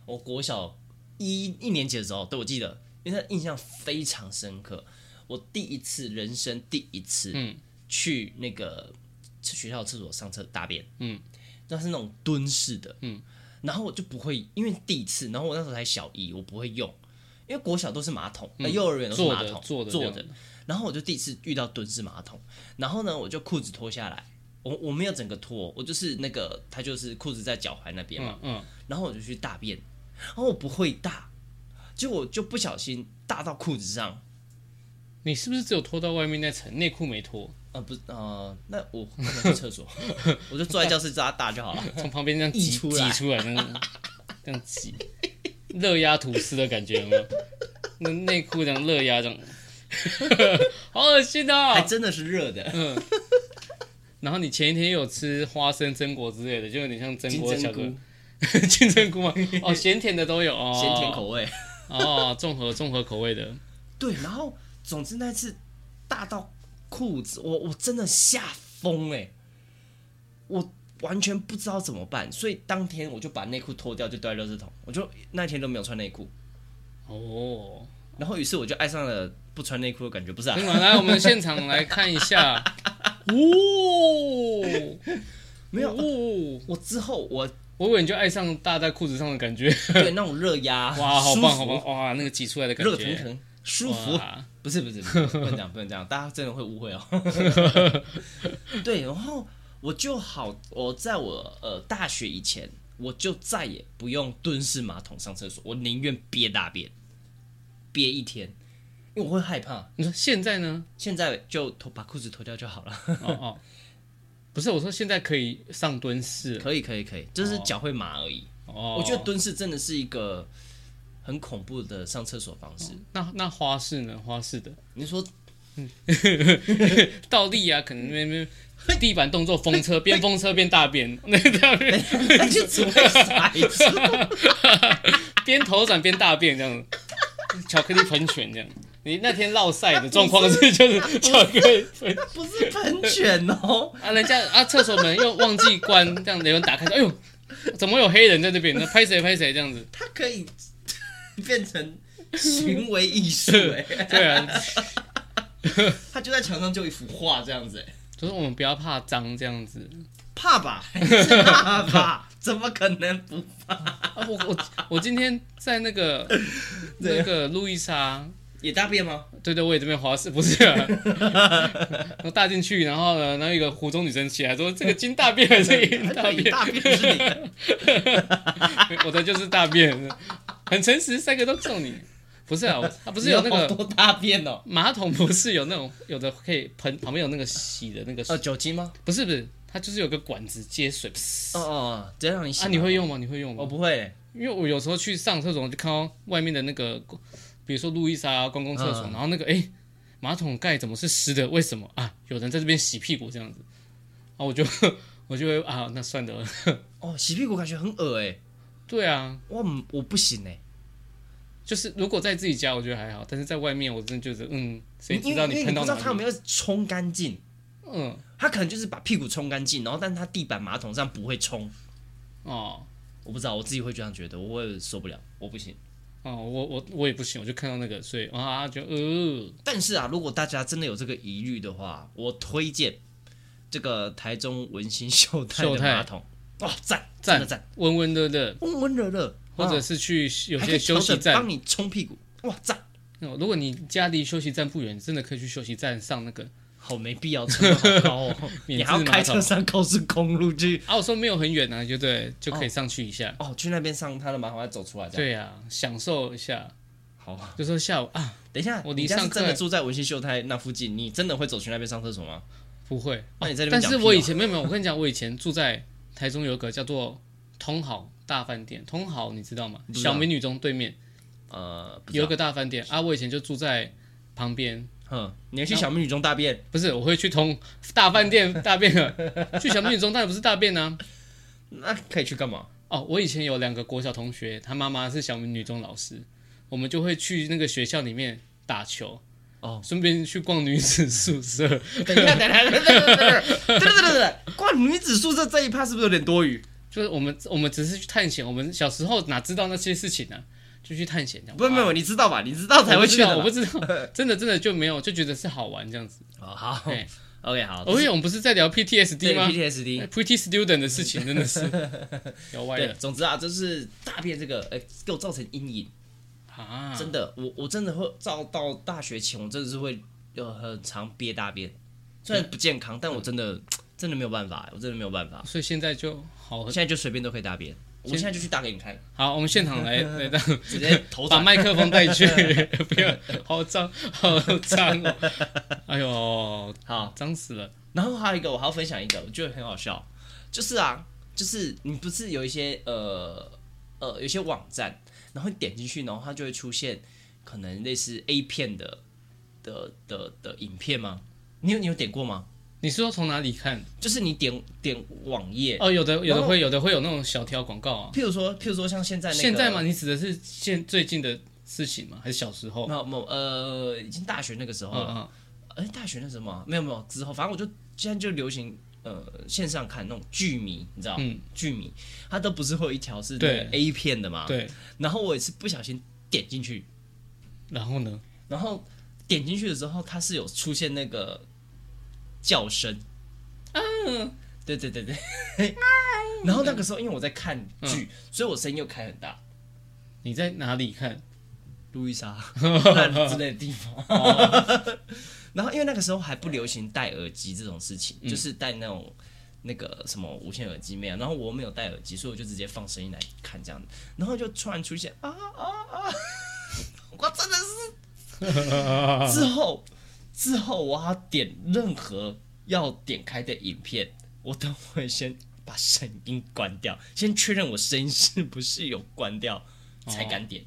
Speaker 2: 我国小一一年级的时候，对我记得，因为他印象非常深刻。我第一次人生第一次，
Speaker 1: 嗯
Speaker 2: 去那个去学校的厕所上厕大便，
Speaker 1: 嗯，
Speaker 2: 那是那种蹲式的，
Speaker 1: 嗯，
Speaker 2: 然后我就不会，因为第一次，然后我那时候才小一，我不会用，因为国小都是马桶，呃幼儿园都
Speaker 1: 嗯
Speaker 2: 是
Speaker 1: 坐
Speaker 2: 马
Speaker 1: 的
Speaker 2: 桶
Speaker 1: 坐的这
Speaker 2: 坐
Speaker 1: 样
Speaker 2: 的，然后我就第一次遇到蹲式马桶，然后呢，我就裤子脱下来，我我没有整个脱，我就是那个，它就是裤子在脚踝那边嘛，
Speaker 1: 嗯嗯，
Speaker 2: 然后我就去大便，然后我不会大，结果我就不小心大到裤子上，
Speaker 1: 你是不是只有脱到外面那层，内裤没脱，
Speaker 2: 呃，不是，呃，那我可能去厕所，我就坐在教室扎大就好了。
Speaker 1: 从旁边这样
Speaker 2: 溢
Speaker 1: 挤
Speaker 2: 出
Speaker 1: 挤
Speaker 2: 来
Speaker 1: 出来，那样 这样挤，热压吐司的感觉有没 有？那内裤这样热压这样， 好恶心
Speaker 2: 还
Speaker 1: 啊！
Speaker 2: 真的是热的，
Speaker 1: 然后你前一天又有吃花生、榛果之类的，就有点像榛
Speaker 2: 金
Speaker 1: 果巧
Speaker 2: 针
Speaker 1: 克力
Speaker 2: 菇，、
Speaker 1: 金针菇嘛， 哦，咸甜的都有哦，
Speaker 2: 咸甜口味。
Speaker 1: 哦，综合综合口味的，
Speaker 2: 对，然后总之那次大到裤子，我我真的吓疯哎，我完全不知道怎么办，所以当天我就把内裤脱掉，就丢在垃圾桶，我就那天都没有穿内裤，
Speaker 1: 哦。
Speaker 2: 然后于是我就爱上了不穿内裤的感觉，不是啊？
Speaker 1: 今晚来我们现场来看一 下，哦，
Speaker 2: 没有
Speaker 1: 哦，
Speaker 2: 我之后我
Speaker 1: 我以为你就爱上搭在裤子上的感觉。
Speaker 2: 对那种热压，
Speaker 1: 哇，好棒，
Speaker 2: 舒
Speaker 1: 好
Speaker 2: 服
Speaker 1: 棒！，哇，那个挤出来的感
Speaker 2: 热
Speaker 1: 觉，
Speaker 2: 腾腾，舒服。
Speaker 1: 哇
Speaker 2: 不是不是，不是不能这样，不能这样，大家真的会误会 哦。对，然后我就好，我在我呃大学以前，我就再也不用蹲式马桶上厕所，我宁愿憋大便，憋一天，因为我会害怕。
Speaker 1: 你说现在 呢？
Speaker 2: 现在就脱把裤子脱掉就好了，
Speaker 1: 哦哦，不是，我说现在可以上蹲式了
Speaker 2: 可以可以可以，就是脚会麻而已。
Speaker 1: 哦。
Speaker 2: 我觉得蹲式真的是一个很恐怖的上厕所方式。
Speaker 1: 那那花式呢？花式的
Speaker 2: 你说
Speaker 1: 倒立啊，可能那边 地板动作风车，边风车边大便， 那大便
Speaker 2: 那就只会傻一次，
Speaker 1: 边头转边大便这样子，巧克力喷泉这样。你那天落晒 的状况是就是巧克力喷泉
Speaker 2: 不是喷泉哦。
Speaker 1: 啊，人家啊厕所门又忘记关，这样有人打开，哎呦，怎么有黑人在这边？那拍谁拍谁这样子？
Speaker 2: 它可以 变成行为艺 术哎，
Speaker 1: 对啊，
Speaker 2: 它就在墙上就有一幅画这样子、欸，
Speaker 1: 就是我们不要怕脏这样子。
Speaker 2: 怕吧？ 怕吧？怎么可能不
Speaker 1: 啊，我 我我今天在那个那个路易莎，
Speaker 2: 也大便吗？
Speaker 1: 对对，我也这边滑是不是、 啊？然后搭进去，然后呢，然后一个湖中女生起来说：“这个金大便还是哎银 大
Speaker 2: 你
Speaker 1: 便
Speaker 2: 大便是你的，？”
Speaker 1: 我的就是大便，很诚实，三个都送你。不是啊，我啊 不是有那
Speaker 2: 你好
Speaker 1: 个
Speaker 2: 多大便哦？
Speaker 1: 马桶，不是有那种有的可以喷，旁边有那个洗的那个，
Speaker 2: 呃，酒精吗？
Speaker 1: 不是不是，它就是有个管子接水。噗
Speaker 2: 哦哦，直接让你洗。
Speaker 1: 啊，你会？用吗？你会用吗？
Speaker 2: 我不会、欸。
Speaker 1: 因为我有时候去上厕所，就看到外面的那个，比如说路易莎、啊、公共厕所，
Speaker 2: 嗯
Speaker 1: 然后那个哎、诶马桶盖怎么是湿的？为什么啊？有人在这边洗屁股这样子，啊，我就 我就会啊，那算了，
Speaker 2: 哦，洗屁股感觉很恶哎、
Speaker 1: 对啊，
Speaker 2: 我我不行哎、
Speaker 1: 就是如果在自己家，我觉得还好，但是在外面，我真的觉得嗯，谁知
Speaker 2: 因
Speaker 1: 道
Speaker 2: 为
Speaker 1: 你
Speaker 2: 因为
Speaker 1: 喷
Speaker 2: 不
Speaker 1: 到
Speaker 2: 知道他
Speaker 1: 哪
Speaker 2: 有
Speaker 1: 里？
Speaker 2: 没有冲干净，
Speaker 1: 嗯，
Speaker 2: 他可能就是把屁股冲干净，然后但是他地板马桶上不会冲，
Speaker 1: 哦
Speaker 2: 我不知道，我自己会这样觉得，我会受不了，我不行。
Speaker 1: 哦哦，我我我也不行，我就看到那个，所以啊就呃，
Speaker 2: 但是啊，如果大家真的有这个疑虑的话，我推荐这个台中文心秀泰的
Speaker 1: 秀泰
Speaker 2: 马桶，哇、赞真的
Speaker 1: 赞
Speaker 2: 赞，
Speaker 1: 温温的的，
Speaker 2: 温温热热，
Speaker 1: 或者
Speaker 2: 啊
Speaker 1: 是去有
Speaker 2: 还可
Speaker 1: 些
Speaker 2: 以
Speaker 1: 休
Speaker 2: 调
Speaker 1: 息
Speaker 2: 整
Speaker 1: 站
Speaker 2: 帮，你冲屁股，哇赞，
Speaker 1: 哦如果你家离休息站不远，真的可以去休息站上那个。
Speaker 2: 好没必要，真的好高哦，
Speaker 1: 免
Speaker 2: 你还要
Speaker 1: 治马
Speaker 2: 开车
Speaker 1: 桶
Speaker 2: 上高速公路去，
Speaker 1: 啊，我说没有很远啊，就对，就可以上去一下。
Speaker 2: 哦，去那边上他的马桶再走出来，这样
Speaker 1: 对啊，享受一下。
Speaker 2: 好。
Speaker 1: 就说下午啊，
Speaker 2: 等一下，
Speaker 1: 我离
Speaker 2: 你家是
Speaker 1: 上课
Speaker 2: 真的住在文心秀泰那附近，你真的会走去那边上厕所吗？
Speaker 1: 不会。
Speaker 2: 那你在那边
Speaker 1: 但
Speaker 2: 讲
Speaker 1: 是
Speaker 2: 屁哦
Speaker 1: 我以前没有没有，我跟你讲，我以前住在台中有一个叫做通好大饭店，通好你知道吗？
Speaker 2: 知道
Speaker 1: 小美女中对面
Speaker 2: 呃，不知
Speaker 1: 有一
Speaker 2: 道
Speaker 1: 个大饭店啊，我以前就住在旁边。
Speaker 2: 哼，你要去小美女中大便，
Speaker 1: 不是，我会去通 大饭店大便了，去小美女中当然不是大便啊。
Speaker 2: 那可以去干嘛？
Speaker 1: 哦，我以前有两个国小同学，他妈妈是小美女中老师，我们就会去那个学校里面打球，
Speaker 2: 哦，
Speaker 1: 顺便去逛女子宿舍。
Speaker 2: 等一下，等一下，等一下，等一下，等一下等一下等一下等一下，逛女子宿舍这一趴是不是有点多余？
Speaker 1: 就是我们我们只是去探险，我们小时候哪知道那些事情呢、就去探险这样。
Speaker 2: 不是，没
Speaker 1: 哇
Speaker 2: 有，你知道吧？你知道才会去的吧。
Speaker 1: 我不知道，我不知道，真的真的就没有，就觉得是好玩这样 子。
Speaker 2: 哦好
Speaker 1: 哎
Speaker 2: ，OK，好。
Speaker 1: 哦，因为我们不是在聊 PTSD
Speaker 2: 对
Speaker 1: 吗
Speaker 2: PTSD，
Speaker 1: 哎？Pretty student 的事情真的 是聊歪
Speaker 2: 嗯对，
Speaker 1: 了
Speaker 2: 总之啊，就是大便这个，哎，给我造成阴影，
Speaker 1: 啊！
Speaker 2: 真的，我我真的会照到大学前，我真的是会呃很常憋大便，虽然不健康，但我真的真的没有办法，我真的没有办法，
Speaker 1: 所以现在就好
Speaker 2: 现在就随便都可以大便，我现在就去大给你看，
Speaker 1: 好，我们现场 来来当
Speaker 2: 直接头
Speaker 1: 把
Speaker 2: 转。
Speaker 1: 麦克风带 去，不要，好脏，好脏哦！哎呦，
Speaker 2: 好，
Speaker 1: 脏死了！
Speaker 2: 然后还有一个，我还要分享一个，我觉得很好笑，就是啊，就是你不是有一些呃呃有些网站，然后你点进去，然后它就会出现可能类似 A 片的的的的影片吗？你有你有点过吗？
Speaker 1: 你是说从哪里看？
Speaker 2: 就是你点点网页，
Speaker 1: 哦，有的有
Speaker 2: 然
Speaker 1: 的
Speaker 2: 后
Speaker 1: 会有的会有那种小条广告啊。
Speaker 2: 譬如说譬如说像现在那个
Speaker 1: 现在吗？？你指的是现最近的事情吗？还是小时候？
Speaker 2: 没有没有呃，已经大学那个时候了，
Speaker 1: 嗯
Speaker 2: 哎、大学那什么没有没有之后，反正我就现在就流行呃线上看那种剧迷，你知道，
Speaker 1: 嗯
Speaker 2: 剧迷它都不是会有一条是那个
Speaker 1: 对
Speaker 2: A 片的嘛
Speaker 1: 嗯，，对。
Speaker 2: 然后我也是不小心点进去，
Speaker 1: 然后呢？
Speaker 2: 然后点进去的时候，它是有出现那个叫声，
Speaker 1: 啊
Speaker 2: 嗯，对对对对， 然后那个时候因为我在看
Speaker 1: 嗯
Speaker 2: 剧，所以我声音又开很大，
Speaker 1: 你在哪里看？
Speaker 2: 路易莎那之类的地方， 然后因为那个时候还不流行戴耳机这种事情，就是戴那种。那个什么无线耳机没有，然后我没有戴耳机，所以我就直接放声音来看这样子，然后就突然出现啊啊 啊！我真的是之后之后我要点任何要点开的影片，我都会先把声音关掉，先确认我声音是不是有关掉，才敢点。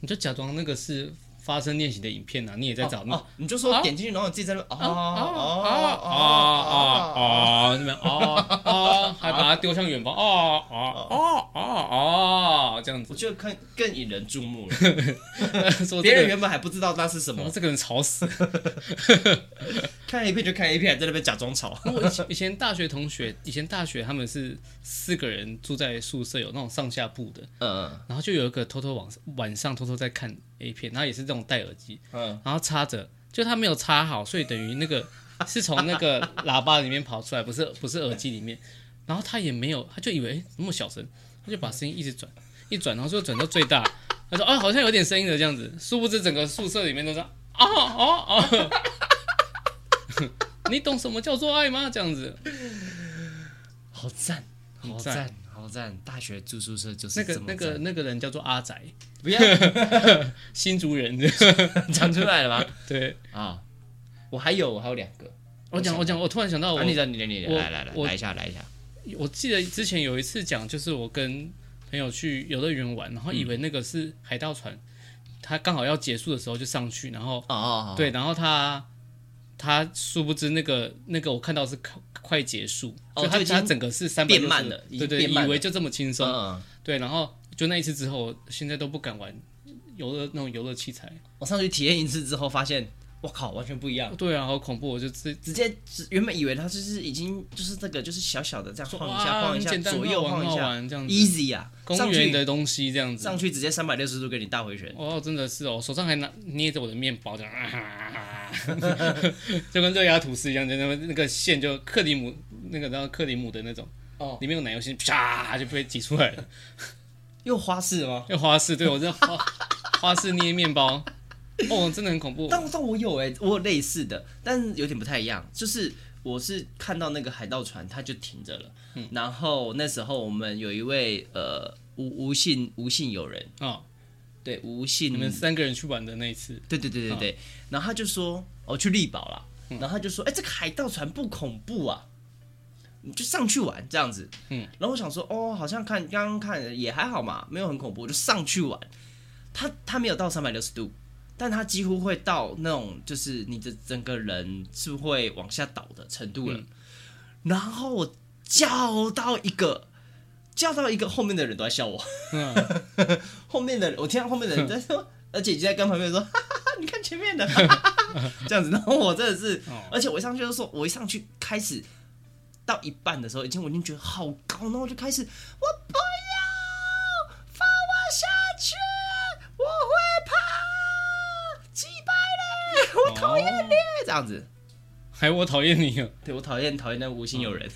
Speaker 1: 你就假装那个是发声练习的影片啊，你也在找那
Speaker 2: 哦，你就说点进去，然后你自己在那边哦哦
Speaker 1: 啊啊啊
Speaker 2: 哦哦
Speaker 1: 啊！那边啊啊，还把它丢向远方啊啊啊啊啊！这样子，
Speaker 2: 我觉得更更引人注目 了，
Speaker 1: 说
Speaker 2: 别
Speaker 1: 这
Speaker 2: 人
Speaker 1: 个，
Speaker 2: 原本还不知道那是什
Speaker 1: 然
Speaker 2: 么
Speaker 1: 后，这个人吵死。
Speaker 2: 看 A 片就看 A 片，还在那边假装吵。
Speaker 1: 我以前以前大学同学，以前大学他们是四个人住在宿舍，有那种上下铺的，
Speaker 2: 嗯
Speaker 1: 然后就有一个偷偷晚晚上偷偷在看 A 片，然后也是这种戴耳机，
Speaker 2: 嗯，
Speaker 1: 然后插着，就他没有插好，所以等于那个是从那个喇叭里面跑出来，不是不是耳机里面。然后他也没有，他就以为诶怎么那么小声，他就把声音一直转，一转，然后就转到最大。他说：“啊，好像有点声音的这样子。”殊不知整个宿舍里面都是啊啊啊！ 你懂什么叫做爱吗？这样子，
Speaker 2: 好赞，好
Speaker 1: 赞
Speaker 2: 赞，好赞！大学住宿舍就是
Speaker 1: 那个
Speaker 2: 这么
Speaker 1: 那个
Speaker 2: 赞
Speaker 1: 那个人叫做阿宅，
Speaker 2: 不要
Speaker 1: 新竹人。
Speaker 2: 讲出来了 吗？
Speaker 1: 对，
Speaker 2: 啊，我还有我还有两个，
Speaker 1: 我讲我讲，我突然想到我
Speaker 2: 啊，你的你的你的，
Speaker 1: 我
Speaker 2: 来来来
Speaker 1: 我
Speaker 2: 来一下来一下，
Speaker 1: 我记得之前有一次讲，就是我跟朋友去游乐园玩，然后以
Speaker 2: 嗯
Speaker 1: 为那个是海盗船，他刚好要结束的时候就上去，然后
Speaker 2: 哦哦，
Speaker 1: 对，然后他他殊不知那个那个我看到是快快结束，
Speaker 2: 哦
Speaker 1: 所以他
Speaker 2: 就已经
Speaker 1: 他整个是三
Speaker 2: 变慢了已
Speaker 1: 对
Speaker 2: 经
Speaker 1: 对，
Speaker 2: 变慢
Speaker 1: 以
Speaker 2: 了
Speaker 1: 为就这么轻松，
Speaker 2: 嗯，
Speaker 1: 对，然后就那一次之后，我现在都不敢玩游乐那种游乐器材，
Speaker 2: 我上去体验一次之后发现，我靠，完全不一样。
Speaker 1: 对啊，好恐怖！我就自
Speaker 2: 直接只原本以为他就是已经就是这个就是小小的这样
Speaker 1: 说
Speaker 2: 晃一下
Speaker 1: 啊
Speaker 2: 晃一
Speaker 1: 很
Speaker 2: 下
Speaker 1: 简单
Speaker 2: 左右
Speaker 1: 好玩
Speaker 2: 晃一
Speaker 1: 好
Speaker 2: 下
Speaker 1: 玩这样子
Speaker 2: ，easy 啊，
Speaker 1: 公
Speaker 2: 上
Speaker 1: 园
Speaker 2: 去
Speaker 1: 的东西这样子。
Speaker 2: 上去直接三百六十度给你大回旋，
Speaker 1: 哦，真的是哦，我手上还拿捏着我的面包，这样啊， 就跟热压吐司一样，就那么那个线就克里姆那个，然后克里姆的那种，
Speaker 2: 哦，
Speaker 1: 里面有奶油馅，啪就被挤出来了。
Speaker 2: 又花式了吗？
Speaker 1: 要花式，对我这花花式捏面包，哦，真的很恐怖。
Speaker 2: 但但我有哎、我有类似的，但是有点不太一样，就是我是看到那个海盗船，它就停着了，
Speaker 1: 嗯
Speaker 2: 然后那时候我们有一位呃无无姓无姓友人，
Speaker 1: 哦，
Speaker 2: 对无姓
Speaker 1: 你们三个人去玩的那一次，
Speaker 2: 对对对对对，然后他就说，哦，去力宝啦，然后他就说，哎、这个海盗船不恐怖啊，你就上去玩这样子，嗯，然后我想说，哦，好像看刚刚看也还好嘛，没有很恐怖，我就上去玩，他他没有到三百六十度。但他几乎会到那种，就是你的整个人是会往下倒的程度了。然后我叫到一个，叫到一个，后面的人都在笑我。 后面的人，我听到后面的人在说，而且已经在跟旁边说， 哈哈哈，你看前面的，哈哈哈，这样子。然后我真的是，而且我一上去就说，我一上去开始到一半的时候，已经我已经觉得好高，然后我就开始，我不要放我下去，我会怕，击败嘞，我讨厌嘞，这样子。
Speaker 1: 还我讨厌你哦。
Speaker 2: 对我讨厌讨厌那无心友人，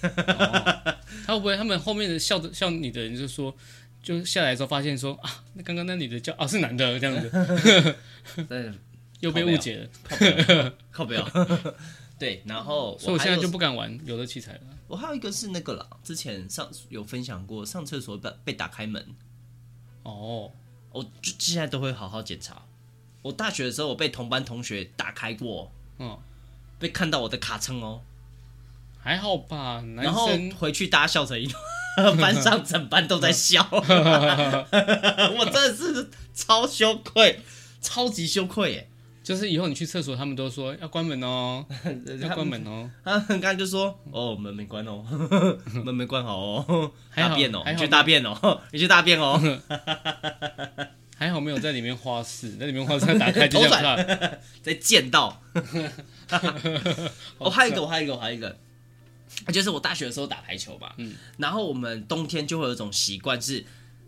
Speaker 1: 他会不会他们后面的笑的笑你的人就说，就下来之后发现说啊，那刚刚那女的叫啊是男的这样子，
Speaker 2: 对，
Speaker 1: 又被误解了，
Speaker 2: 靠不了，靠不了。 对，然后
Speaker 1: 所以我
Speaker 2: 还
Speaker 1: 现在
Speaker 2: 有
Speaker 1: 就不敢玩游乐器材了。
Speaker 2: 我还有一个是那个啦，之前上有分享过，上厕所被被打开门，
Speaker 1: 哦，
Speaker 2: 我就现在都会好好检查。我大学的时候，我被同班同学打开过，
Speaker 1: 嗯，
Speaker 2: 被看到我的卡称哦，
Speaker 1: 还好吧，男
Speaker 2: 然后
Speaker 1: 生
Speaker 2: 回去大家笑成一团， 班上整班都 在笑， 我真的是超羞愧，超级羞愧耶！
Speaker 1: 就是以后你去厕所，他们都说要关门 哦，要关门哦，
Speaker 2: 他们刚刚就说：“哦，门没关哦， 门没关好哦，
Speaker 1: 还好
Speaker 2: 大便哦，
Speaker 1: 还
Speaker 2: 你
Speaker 1: 好
Speaker 2: 去大便哦， 你去大便哦。”
Speaker 1: 还好没有在里面花式， 在里面花式打开就
Speaker 2: 头
Speaker 1: 想看，
Speaker 2: 再 见到。我、还有一个，我还有一个，我还有一个，就是我大学的时候打排球嘛，嗯，然后我们冬天就会有一种习惯是，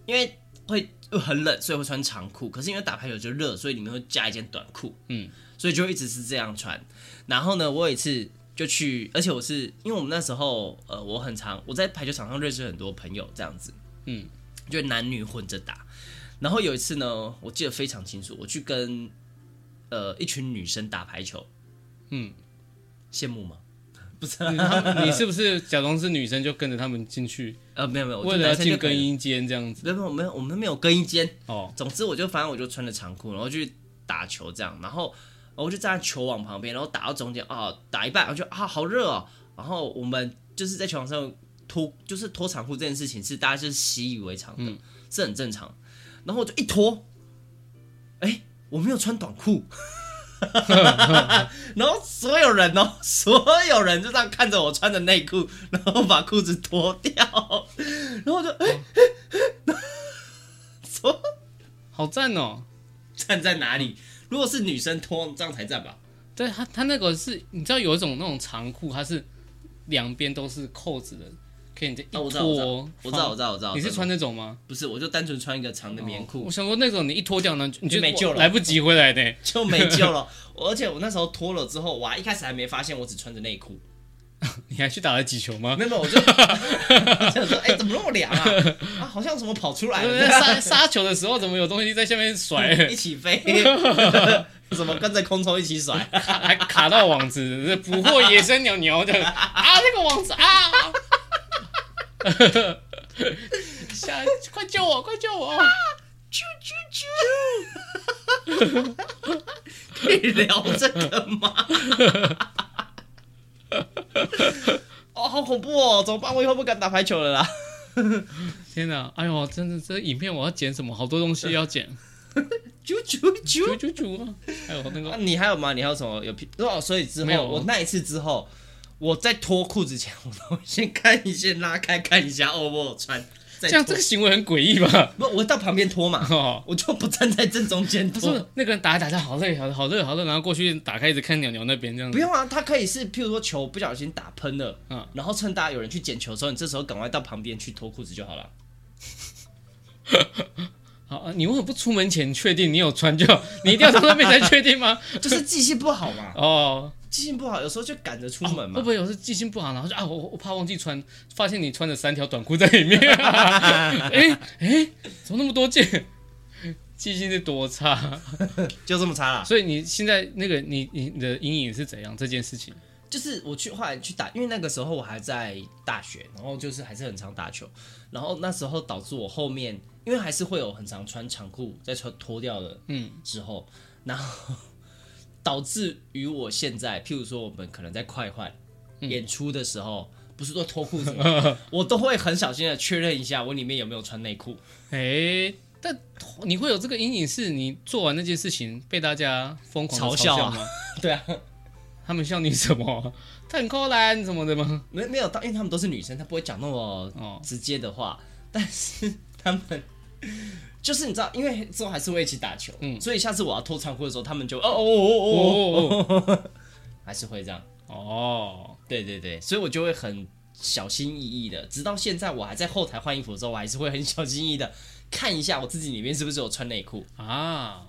Speaker 2: 因为会很冷，所以会穿长裤，可是因为打排球就热，所以里面会加一件短裤，
Speaker 1: 嗯，
Speaker 2: 所以就一直是这样穿。然后呢，我有一次就去，而且我是因为我们那时候，呃，我很常我在排球场上认识很多朋友，这样子，
Speaker 1: 嗯，
Speaker 2: 就男女混着打。然后有一次呢，我记得非常清楚，我去跟呃一群女生打排球，
Speaker 1: 嗯，
Speaker 2: 羡慕吗？不是，
Speaker 1: 你 他们你是不是假装是女生就跟着他们进去，
Speaker 2: 呃，没有没有，我
Speaker 1: 为
Speaker 2: 就
Speaker 1: 了要
Speaker 2: 男生
Speaker 1: 进
Speaker 2: 就可
Speaker 1: 更
Speaker 2: 以了，
Speaker 1: 衣间这样子？
Speaker 2: 没有没有没有，我们没有更衣间。
Speaker 1: 哦，
Speaker 2: 总之，我就反正我就穿着长裤，然后去打球这样，然后我就站在球网旁边，然后打到中间啊，打一半，我就啊好热哦，然后我们就是在球场上脱，就是脱长裤这件事情是大家就是习以为常的，是很正常。然后我就一脱，哎、我没有穿短裤。 然后所有人哦，所有人就这样看着我穿着内裤，然后把裤子脱掉，然后我就哎、说
Speaker 1: 好赞哦！
Speaker 2: 站在哪里？如果是女生脱，这样才站吧？
Speaker 1: 对他他那个是，你知道有一种那种长裤，它是两边都是扣子的，可以你这一
Speaker 2: 啊，
Speaker 1: 脱，
Speaker 2: 我知道，我知道， 我知道，我知道，我知道。
Speaker 1: 你是穿哦那种吗？
Speaker 2: 我知道不是？我就单纯穿一个长的棉裤、
Speaker 1: 我想说那种你一脱掉呢，你
Speaker 2: 就没救了
Speaker 1: 来不及回来呢。
Speaker 2: 就没救了。我而且我那时候脱了之后，哇，一开始还没发现我只穿着内裤，
Speaker 1: 你还去打了几球 吗？
Speaker 2: 没有，没有我就我想说，哎、怎么那么凉啊？啊，好像什么跑出来
Speaker 1: 对
Speaker 2: 了，
Speaker 1: 杀杀球的时候，怎么有东西在下面甩，
Speaker 2: 一起飞，怎么跟着空中一起甩？
Speaker 1: 卡还卡到网子，捕获野生鸟鸟的啊！那个网子啊！ 下，快救我！快救我！
Speaker 2: 啾啾啾！可以聊这个吗？哦，好恐怖哦！怎么办？我以后不敢打排球了啦。
Speaker 1: 天哪！哎呦，真的，这影片我要剪什么？好多东西要剪。
Speaker 2: 啾啾
Speaker 1: 啾
Speaker 2: 啾！
Speaker 1: 啾啾啊！还有那
Speaker 2: 那、
Speaker 1: 个，
Speaker 2: 你还有吗？你还有什么有屁？哦，所以之
Speaker 1: 没有啊
Speaker 2: 后我那一次之后，我在脱裤子前，我都会先看一下拉开看一下哦，我有穿，在
Speaker 1: 这样这
Speaker 2: 拖
Speaker 1: 个行为很诡异吧？
Speaker 2: 不，我到旁边拖嘛，
Speaker 1: 哦，
Speaker 2: 我就不站在正中间
Speaker 1: 不
Speaker 2: 拖
Speaker 1: 是。那个人打一打架好累，好好热好热，然后过去打开一直看鸟鸟那边这样子。
Speaker 2: 不用啊，他可以是，譬如说球不小心打喷了，
Speaker 1: 嗯
Speaker 2: 然后趁大家有人去捡球的时候，你这时候赶快到旁边去脱裤子就好了。
Speaker 1: 好，啊你为什么不出门前确定你有穿就好？你一定要到那边才确定吗？
Speaker 2: 就是记性不好嘛，
Speaker 1: 哦，
Speaker 2: 记性不好，有时候就赶着出
Speaker 1: 哦
Speaker 2: 门嘛。
Speaker 1: 会不会有时记性不好，然后就啊，我我怕忘记穿，发现你穿了三条短裤在里面，哎哎，怎么那么多件？记性是多差，
Speaker 2: 就这么差啦。
Speaker 1: 所以你现在那个你你你的阴影是怎样这件事情？
Speaker 2: 就是我去后来去打，因为那个时候我还在大学，然后就是还是很常打球，然后那时候导致我后面，因为还是会有很常穿长裤再穿脱掉的，嗯，之后，然后导致于我现在，譬如说我们可能在快换、演出的时候。不是都脱裤子 吗？我都会很小心的确认一下我里面有没有穿内裤。
Speaker 1: 哎，但你会有这个阴影，是你做完那件事情被大家疯狂地
Speaker 2: 嘲笑
Speaker 1: 笑
Speaker 2: 啊
Speaker 1: 吗？
Speaker 2: 对啊，
Speaker 1: 他们笑你什么？ 太扣篮什么的吗？
Speaker 2: 没没有到，因为他们都是女生，她不会讲那么
Speaker 1: 哦
Speaker 2: 直接的话，但是他们就是你知道，因为之后还是会一起打球，所以下次我要脱长裤的时候，他们就哦哦
Speaker 1: 哦
Speaker 2: 哦哦哦，
Speaker 1: 哦
Speaker 2: 还是会这样，
Speaker 1: 哦哦，
Speaker 2: 对对对，所以我就会很小心翼翼的，直到现在我还在后台换衣服的时候，我还是会很小心翼翼的看一下我自己里面是不是有穿内裤，
Speaker 1: 啊，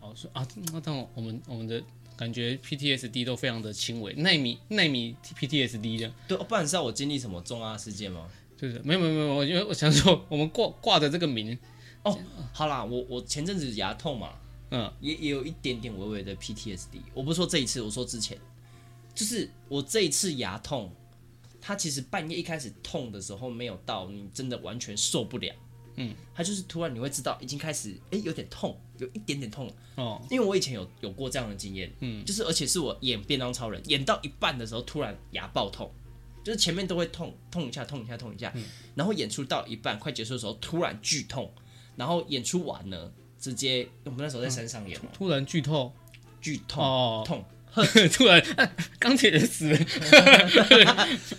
Speaker 1: 哦是啊，那但我们我们的感觉 PTSD 都非常的轻微，纳米纳米 PTSD 这样，
Speaker 2: 对，哦不然是要我经历什么重大事件吗？
Speaker 1: 就是没有没有没有，我因为我想说我们挂挂的这个名，
Speaker 2: 哦，好啦，我我前阵子牙痛嘛，
Speaker 1: 嗯，
Speaker 2: 也也有一点点微微的 PTSD。我不是说这一次，我说之前，就是我这一次牙痛，它其实半夜一开始痛的时候没有到你真的完全受不了，嗯，它就是突然你会知道已经开始，诶，有点痛，有一点点痛了，
Speaker 1: 哦
Speaker 2: 因为我以前有有过这样的经验，嗯，就是而且是我演《便当超人》演到一半的时候突然牙爆痛。就是前面都会痛痛一下，痛一下，痛一下，然后演出到一半快结束的时候突然剧痛，然后演出完呢，直接我们那时候在山上演嘛，
Speaker 1: 突然剧透
Speaker 2: 剧痛
Speaker 1: 哦，
Speaker 2: 痛，
Speaker 1: 突然啊钢铁人死了，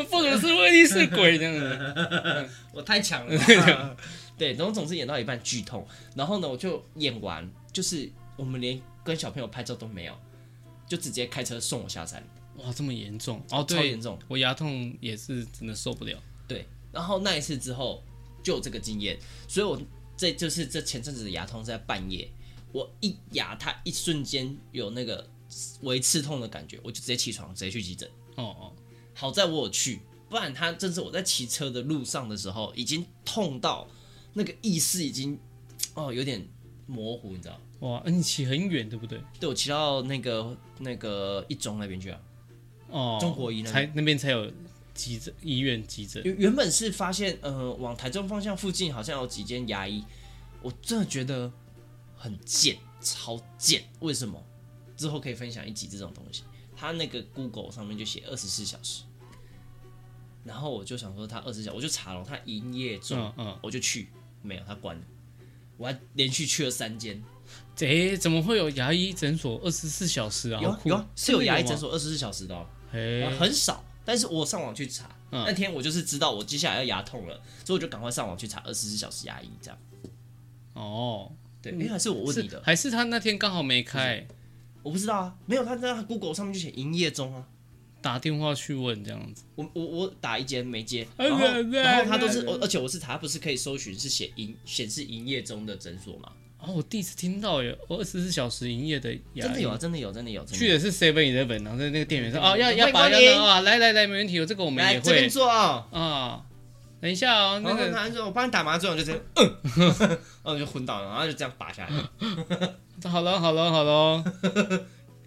Speaker 1: 不能是威力是鬼这样子，
Speaker 2: 我太强 了吧。 对，然后总是演到一半剧痛，然后呢，我就演完，就是我们连跟小朋友拍照都没有，就直接开车送我下山，
Speaker 1: 哇这么严重哦，
Speaker 2: 超
Speaker 1: 对
Speaker 2: 严，重。
Speaker 1: 我牙痛也是真的受不了，
Speaker 2: 对，然后那一次之后就有这个经验，所以我这就是这前阵子的牙痛是在半夜，我一牙它一瞬间有那个微刺痛的感觉，我就直接起床，直接去急诊。
Speaker 1: 哦哦
Speaker 2: 好在我有去，不然他真是我在骑车的路上的时候，已经痛到那个意识已经哦有点模糊，你知道？
Speaker 1: 哇，啊你骑很远对不对？
Speaker 2: 对我骑到那个那个一中那边去啊，
Speaker 1: 哦，
Speaker 2: 中国医那边
Speaker 1: 才那边才有急诊医院急诊，
Speaker 2: 原原本是发现呃往台中方向附近好像有几间牙医，我真的觉得很贱，超贱，为什么？之后可以分享一集这种东西。他那个 Google 上面就写二十四小时，然后我就想说他二十小时，我就查了他营业中，
Speaker 1: 嗯嗯，
Speaker 2: 我就去，没有，他关了。我还连续去了三间，
Speaker 1: 诶、怎么会有牙医诊所二十四小时啊？
Speaker 2: 有
Speaker 1: 好
Speaker 2: 啊
Speaker 1: 酷
Speaker 2: 有啊，是有牙医诊
Speaker 1: 所，
Speaker 2: 所二十四小时的、哦，
Speaker 1: 诶、
Speaker 2: 很少。但是我上网去查，
Speaker 1: 嗯
Speaker 2: 那天我就是知道我接下来要牙痛了，所以我就赶快上网去查二十四小时牙医这样。
Speaker 1: 哦，
Speaker 2: 对，因为还是我问你
Speaker 1: 是
Speaker 2: 的，
Speaker 1: 还是他那天刚好没开，
Speaker 2: 我不知道啊，没有，他在他 Google 上面就写营业中啊。
Speaker 1: 打电话去问这样子，
Speaker 2: 我我我打一间没接，
Speaker 1: 哎
Speaker 2: 然后
Speaker 1: 对对
Speaker 2: 然后他都是，
Speaker 1: 对
Speaker 2: 我而且我是查，他不是可以搜寻是写营显示营业中的诊所吗？
Speaker 1: 哦，我第一次听到耶，我二十四小时营业的牙医，
Speaker 2: 真的有啊，真的有，真的有，真的
Speaker 1: 去
Speaker 2: 有
Speaker 1: 的是 Seven Eleven，然后在那个店员说，
Speaker 2: 嗯
Speaker 1: 哦，要要
Speaker 2: 欢迎
Speaker 1: 把
Speaker 2: 光
Speaker 1: 要
Speaker 2: 临
Speaker 1: 啊，来来来，没问题，有这个我们
Speaker 2: 来
Speaker 1: 也
Speaker 2: 这
Speaker 1: 会
Speaker 2: 边坐啊、
Speaker 1: 啊、等一下哦，那
Speaker 2: 然后
Speaker 1: 个
Speaker 2: 他就说：“我帮你打麻醉。”我 就这样，嗯， 然后就昏倒了，然后就这样拔下来，
Speaker 1: 好了好了好了，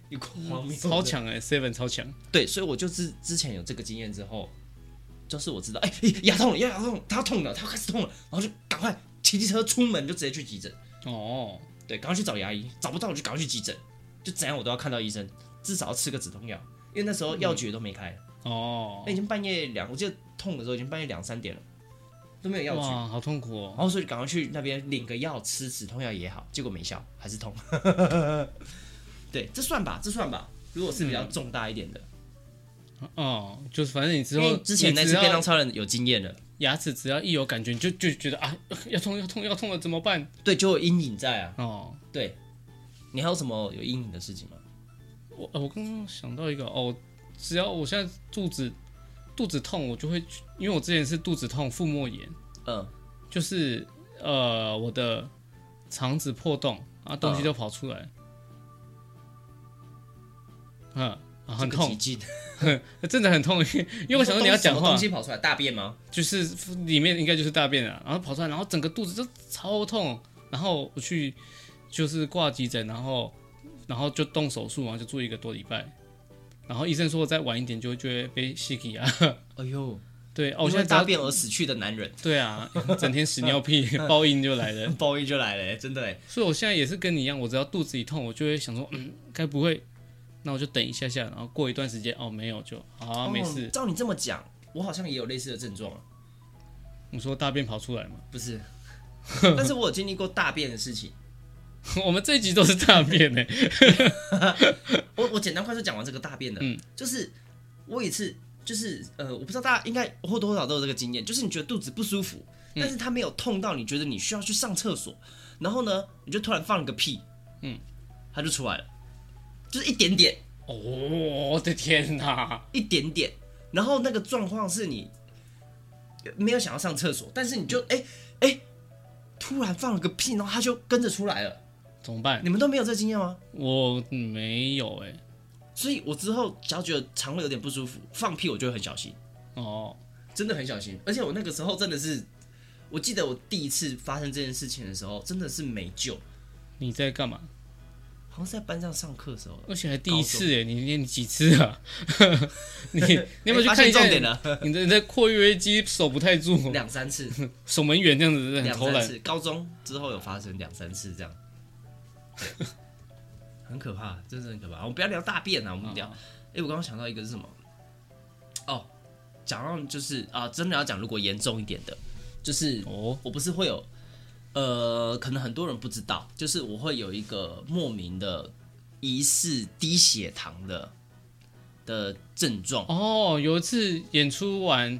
Speaker 2: 一个荒谬，
Speaker 1: 超。强哎，Seven 超强，
Speaker 2: 对，所以我就是之前有这个经验之后，就是我知道，哎、牙痛了，牙痛了，他痛了，他开始痛了，然后就赶快骑机车出门，就直接去急诊。
Speaker 1: 哦，
Speaker 2: 对，赶快去找牙医，找不到我就赶快去急诊，就怎样我都要看到医生，至少要吃个止痛药，因为那时候药局也都没开，
Speaker 1: 哦
Speaker 2: 那、已，经半夜两，我记得痛的时候已经半夜两三点了，都没有药局。
Speaker 1: 哇，好痛苦哦
Speaker 2: 然。后所以赶快去那边领个药吃止痛药也好，结果没效，还是痛。 对，这算吧，这算吧。如果是比较重大一点的，
Speaker 1: 哦，就是反正你之
Speaker 2: 因
Speaker 1: 后
Speaker 2: 为之前那
Speaker 1: 嗯你
Speaker 2: 次
Speaker 1: 只要
Speaker 2: 便当超人有经验了，
Speaker 1: 牙齿只要一有感觉，你就就觉得啊 要痛要痛要痛了怎么办？
Speaker 2: 对，就有阴影在啊。
Speaker 1: 哦，
Speaker 2: 对，你还有什么有阴影的事情吗？
Speaker 1: 我呃我刚刚想到一个哦，只要我现在肚子肚子痛，我就会去因为我之前是肚子痛腹膜炎，
Speaker 2: 嗯，
Speaker 1: 就是呃我的肠子破洞啊，东西都跑出来，嗯，啊很
Speaker 2: 哦这个
Speaker 1: 痛
Speaker 2: 奇，迹，
Speaker 1: 真的很痛，因为因为我想说你要
Speaker 2: 什么
Speaker 1: 讲话
Speaker 2: 东，西跑出来，大便吗？
Speaker 1: 就是里面应该就是大便了，然后跑出来，然后整个肚子就超痛，然后我去就是挂急诊，然后然后就动手术，然后就住一个多礼拜，然后医生说我再晚一点就会就会被吸气啊，
Speaker 2: 哎呦，
Speaker 1: 对，哦，
Speaker 2: 我
Speaker 1: 我
Speaker 2: 因
Speaker 1: 现
Speaker 2: 为
Speaker 1: 在
Speaker 2: 大
Speaker 1: 大
Speaker 2: 便而嗯死去的 男人，
Speaker 1: 对啊，整天屎尿 屁报应就来了，
Speaker 2: 报应就来了、真的、欸。
Speaker 1: 所以我现在也是跟你一样，我只要肚子一痛，我就会想说，嗯，该不会，那我就等一下下，然后过一段时间，哦，没有就好、啊，没
Speaker 2: 哦
Speaker 1: 事。
Speaker 2: 照你这么讲，我好像也有类似的症状啊，
Speaker 1: 你说大便跑出来吗？
Speaker 2: 不是？但是我有经历过大便的事情。
Speaker 1: 我们这一集都是大便欸呢、
Speaker 2: 我我简单快速讲完这个大便的，就是我有一次就是呃，我不知道大家应该或多或少都有这个经验，就是你觉得肚子不舒服，但是它没有痛到你觉得你需要去上厕所，然后呢，你就突然放了个屁，嗯，它就出来了，就是一点点，
Speaker 1: 哦，我的天哪！
Speaker 2: 一点点，然后那个状况是你没有想要上厕所，但是你就哎哎、突然放了个屁，然后它就跟着出来了，
Speaker 1: 怎么办？
Speaker 2: 你们都没有这经验吗？
Speaker 1: 我没有哎、
Speaker 2: 所以我之后只要觉得肠胃有点不舒服，放屁我就会很小心。
Speaker 1: 哦，
Speaker 2: 真的很小心。而且我那个时候真的是，我记得我第一次发生这件事情的时候，真的是没救，
Speaker 1: 你在干嘛？
Speaker 2: 好像是在班上上课的时候。
Speaker 1: 而且还第一次哎、你你你几次啊？ 你你
Speaker 2: 你
Speaker 1: 有没有去看一下
Speaker 2: 哎重
Speaker 1: 你？
Speaker 2: 点 了？
Speaker 1: 你的你的括约肌守不太住，
Speaker 2: 两三次，
Speaker 1: 守门员这样子很
Speaker 2: 两
Speaker 1: 偷
Speaker 2: 三
Speaker 1: 懒。
Speaker 2: 次，高中之后有发生两三次这样， 很可怕，真的很可怕。我们不要聊大便啊，我们聊。哎、我刚刚想到一个是什么？哦，讲到就是啊，真的要讲，如果严重一点的，就是
Speaker 1: 哦，
Speaker 2: 我不是会有，呃，可能很多人不知道，就是我会有一个莫名的疑似低血糖的的症状。
Speaker 1: 哦，有一次演出完，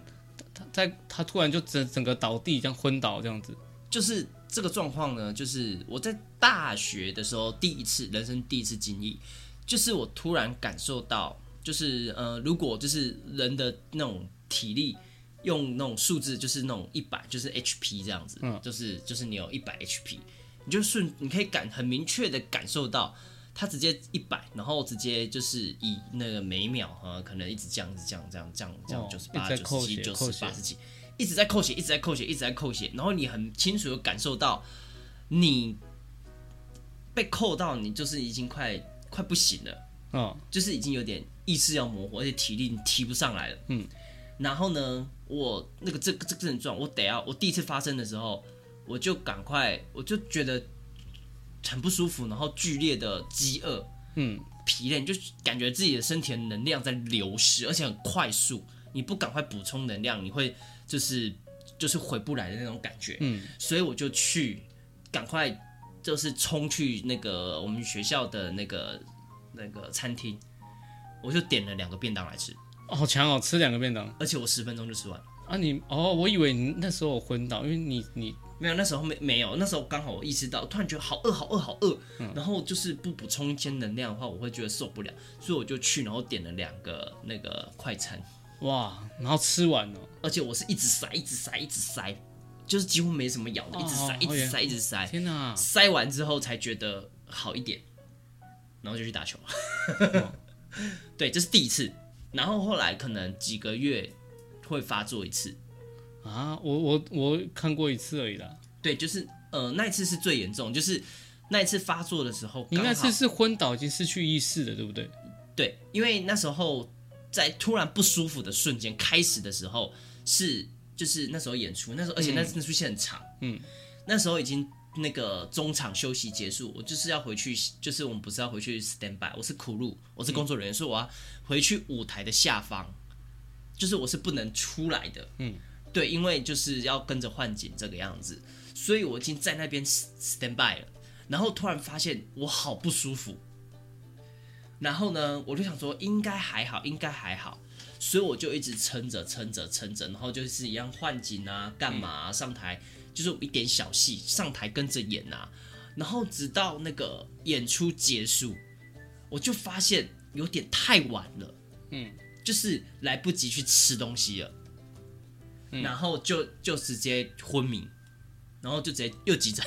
Speaker 1: 他他在他突然就整整个倒地，这样昏倒这样子。
Speaker 2: 就是这个状况呢，就是我在大学的时候第一次人生第一次经历，就是我突然感受到，就是呃，如果就是人的那种体力。用那种数字，就是那种一百，就是 HP 这样子，
Speaker 1: 嗯
Speaker 2: 就是就是你有一百 HP，你就瞬，你可以感很明确的感受到，它直接一百，然后直接就是以那个每秒啊，呃可能一直降，一直降，这样这样这样，
Speaker 1: 哦
Speaker 2: 九十八、
Speaker 1: 一直在
Speaker 2: 九
Speaker 1: 扣
Speaker 2: 十七、
Speaker 1: 血
Speaker 2: 九
Speaker 1: 扣
Speaker 2: 十
Speaker 1: 血
Speaker 2: 八、十七，一直在扣血，一直在扣血，一直在扣血，然后你很清楚的感受到，你被扣到，你就是已经快快不行了，
Speaker 1: 哦，
Speaker 2: 就是已经有点意识要模糊，而且体力你提不上来了。嗯，然后呢，我那个这这个症状，我得要我第一次发生的时候，我就赶快，我就觉得很不舒服，然后剧烈的饥饿，
Speaker 1: 嗯，
Speaker 2: 疲累，你就感觉自己的身体的能量在流失，而且很快速，你不赶快补充能量，你会就是就是回不来的那种感觉。嗯，所以我就去赶快就是冲去那个我们学校的那个那个餐厅，我就点了两个便当来吃，
Speaker 1: 哦好强哦，吃两个便当
Speaker 2: 而且我十分钟就吃完了。
Speaker 1: 啊你！哦，我以为你那时候我昏倒，因为你你
Speaker 2: 没有，那时候没没有，那时候刚好我意识到，突然觉得好饿，好饿，好饿。
Speaker 1: 嗯
Speaker 2: 然后就是不补充一些能量的话，我会觉得受不了，所以我就去，然后点了两个那个快餐，
Speaker 1: 哇，然后吃完哦了，
Speaker 2: 而且我是一直塞，一直塞，一直塞，就是几乎没什么咬的，一直塞
Speaker 1: 哦，
Speaker 2: 一
Speaker 1: 好
Speaker 2: 直
Speaker 1: 严
Speaker 2: 塞，一直塞，
Speaker 1: 天哪！
Speaker 2: 塞完之后才觉得好一点，然后就去打球。
Speaker 1: 嗯
Speaker 2: 对，这是第一次，然后后来可能几个月会发作一次，
Speaker 1: 啊，我我我看过一次而已啦。
Speaker 2: 对，就是呃那一次是最严重，就是那一次发作的时候，
Speaker 1: 你
Speaker 2: 刚
Speaker 1: 那
Speaker 2: 好
Speaker 1: 次是昏倒，已经失去意识了，对不对？
Speaker 2: 对，因为那时候在突然不舒服的瞬间开始的时候是就是那时候演出，那时候而且那那出戏很长，嗯，那时候已经那个中场休息结束，我就是要回去，就是我们不是要回去 stand by，我是苦路，我是工作人员，所以我要回去舞台的下方，就是我是不能出来的，嗯，对，因为就是要跟着换景这个样子，所以我已经在那边 stand by 了，然后突然发现我好不舒服。然后呢，我就想说应该还好，应该还好，所以我就一直撑着，撑着，撑着，然后就是一样换景啊，干嘛啊、上台，就是一点小戏，上台跟着演啊，然后直到那个演出结束，我就发现有点太晚了，
Speaker 1: 嗯，
Speaker 2: 就是来不及去吃东西了，然后就就直接昏迷，然后就直接又急诊，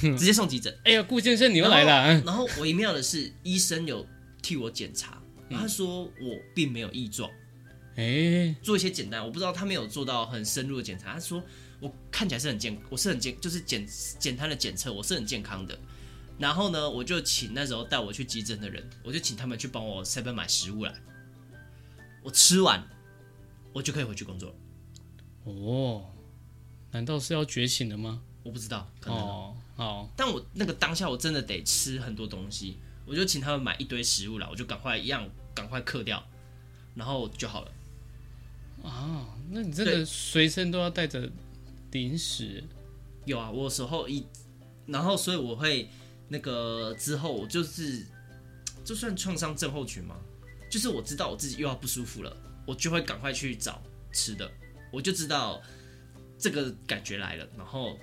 Speaker 2: 直接送急诊。
Speaker 1: 哎呀，顾先生你又来嗯了，
Speaker 2: 然后微妙的是，医生有替我检查，他说我并没有异状，
Speaker 1: 哎，
Speaker 2: 做一些简单，我不知道他没有做到很深入的检查。他说我看起来是很健，我是很健，就是简简单的检测，我是很健康的。然后呢，我就请那时候带我去急诊的人，我就请他们去帮我 seven 买食物来，我吃完我就可以回去工作了。
Speaker 1: 哦，难道是要觉醒了吗？
Speaker 2: 我不知道，可能
Speaker 1: 哦，好，
Speaker 2: 但我那个当下我真的得吃很多东西，我就请他们买一堆食物啦，我就赶快一样赶快嗑掉，然后就好了。
Speaker 1: 啊，那你真的随身都要带着零食，
Speaker 2: 有啊，我有时候一，然后所以我会那个之后我就是，就算创伤症候群嘛，就是我知道我自己又要不舒服了，我就会赶快去找吃的，我就知道这个感觉来了，然后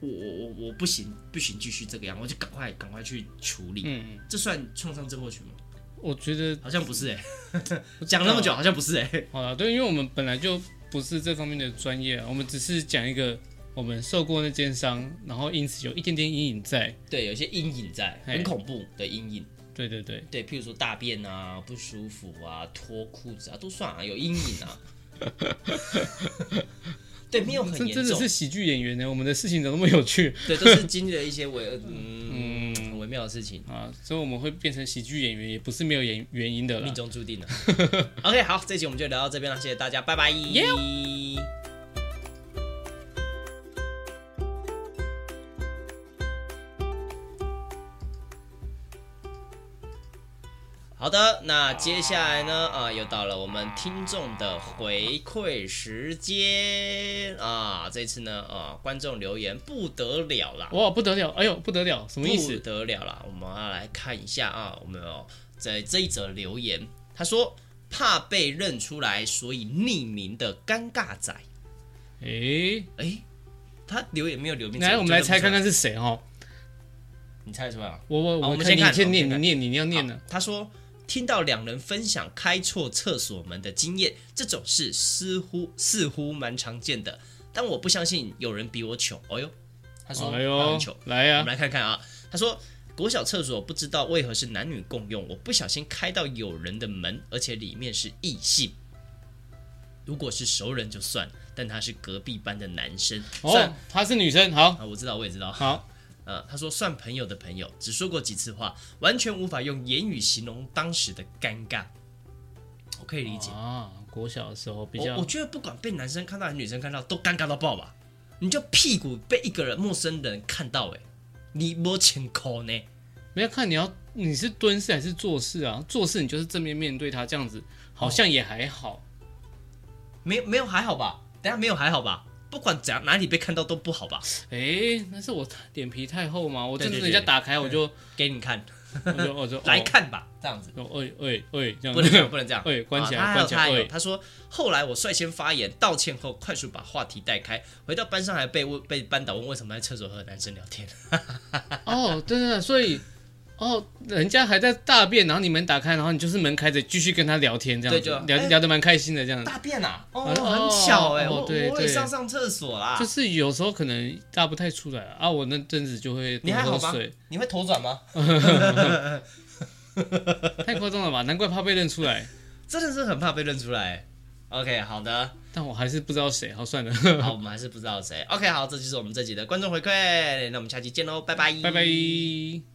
Speaker 2: 我我我我不行不行继续这个样，我就赶快赶快去处理。
Speaker 1: 嗯，
Speaker 2: 这算创伤症候群吗？
Speaker 1: 我觉得
Speaker 2: 好像不是哎、 讲那么久好像不是哎、
Speaker 1: 好了，对，因为我们本来就不是这方面的专业啊，我们只是讲一个我们受过那件伤，然后因此有一点点阴影在。
Speaker 2: 对，有一些阴影在，
Speaker 1: 嘿
Speaker 2: 很恐怖的阴影。
Speaker 1: 对对对，
Speaker 2: 对，譬如说大便啊、不舒服啊、脱裤子啊，都算啊，有阴影啊。 对，没有很
Speaker 1: 这
Speaker 2: 严
Speaker 1: 真的
Speaker 2: 重，
Speaker 1: 是喜剧演员呢，我们的事情怎么那么有趣
Speaker 2: 对，都是经历了一些微呃 嗯很微妙的事情，
Speaker 1: 啊？所以我们会变成喜剧演员，也不是没有原原因的啦
Speaker 2: 命。中注定的。OK，好，这期我们就聊到这边了，谢谢大家，拜拜。好的，那接下来呢？啊、又到了我们听众的回馈时间啊！这次呢，啊，观众留言不得了啦，
Speaker 1: 哇，不得了！哎呦，不得了，什么意
Speaker 2: 不
Speaker 1: 思？
Speaker 2: 得了啦！我们要来看一下啊，我们有在这一则留言，他说怕被认出来，所以匿名的尴尬仔。
Speaker 1: 哎，
Speaker 2: 哎，他留言没有留名字，
Speaker 1: 来，我们
Speaker 2: 觉得
Speaker 1: 来
Speaker 2: 不
Speaker 1: 猜
Speaker 2: 错
Speaker 1: 看，看是谁哦。
Speaker 2: 你猜得出来吗？
Speaker 1: 我我
Speaker 2: 好我们
Speaker 1: 看
Speaker 2: 先看
Speaker 1: 你先
Speaker 2: 我们
Speaker 1: 念，你
Speaker 2: 先
Speaker 1: 念，你要念呢。
Speaker 2: 他说听到两人分享开错厕所门的经验，这种事似乎似乎蛮常见的，但我不相信有人比我糗。哎呦，他说
Speaker 1: 哎
Speaker 2: 他
Speaker 1: 呦
Speaker 2: 很糗，，
Speaker 1: 来
Speaker 2: 我
Speaker 1: 呀
Speaker 2: 们！来看看啊，他说。国小厕所不知道为何是男女共用，我不小心开到有人的门，而且里面是异性。如果是熟人就算，但他是隔壁班的男生，算
Speaker 1: 哦，她是女生，好
Speaker 2: 啊，我知道，我也知道。
Speaker 1: 好，
Speaker 2: 呃，他说算朋友的朋友，只说过几次话，完全无法用言语形容当时的尴尬。我可以理解，
Speaker 1: 啊。国小的时候比
Speaker 2: 我
Speaker 1: 较
Speaker 2: 我觉得不管被男生看到还是女生看到，都尴尬到爆吧。你就屁股被一个人陌生人看到、欸，哎，你摸前口呢？
Speaker 1: 没有看你要你是蹲式还是坐式啊？坐式你就是正面面对他这样子，好像也还好。
Speaker 2: 没有没有还好吧？等下没有还好吧？不管怎样哪里被看到都不好吧？
Speaker 1: 诶，那是我脸皮太厚吗？我真的
Speaker 2: 对对
Speaker 1: 人
Speaker 2: 对
Speaker 1: 家打开我就
Speaker 2: 给你看，
Speaker 1: 我就我就
Speaker 2: 来，看吧，这样子。
Speaker 1: 哦哦哎哎哎这样
Speaker 2: 不能这
Speaker 1: 子
Speaker 2: 样，不能 这样。
Speaker 1: 哎关起来
Speaker 2: 啊他还有
Speaker 1: 关起来
Speaker 2: 他还有
Speaker 1: 哎
Speaker 2: 他说，后来我率先发言道歉后，快速把话题带开，回到班上还被问被班导问为什么在厕所和男生聊 天。
Speaker 1: 哦，对对对，所以哦，人家还在大便，然后你门打开，然后你就是门开着继续跟他聊天这样子，
Speaker 2: 对就
Speaker 1: 聊
Speaker 2: 哎
Speaker 1: 聊得蛮开心的这样子。
Speaker 2: 大便啊，哦，
Speaker 1: 哦
Speaker 2: 很巧哎，
Speaker 1: 哦
Speaker 2: 我
Speaker 1: 对
Speaker 2: 我
Speaker 1: 对
Speaker 2: 也上上厕所啦
Speaker 1: 就。是有时候可能大不太出来啊，我那阵子就会
Speaker 2: 你
Speaker 1: 多
Speaker 2: 还好
Speaker 1: 喝
Speaker 2: 吧
Speaker 1: 水，？
Speaker 2: 你会头转吗？
Speaker 1: 太夸张了吧？难怪怕被认出来。
Speaker 2: 真的是很怕被认出来。OK，好 欸的，
Speaker 1: 但我还是不知道谁，好 算了，
Speaker 2: 好，我们还是不知道谁。OK，好，这就是我们这集的观众回馈，那我们下期见喽，拜拜，
Speaker 1: 拜拜。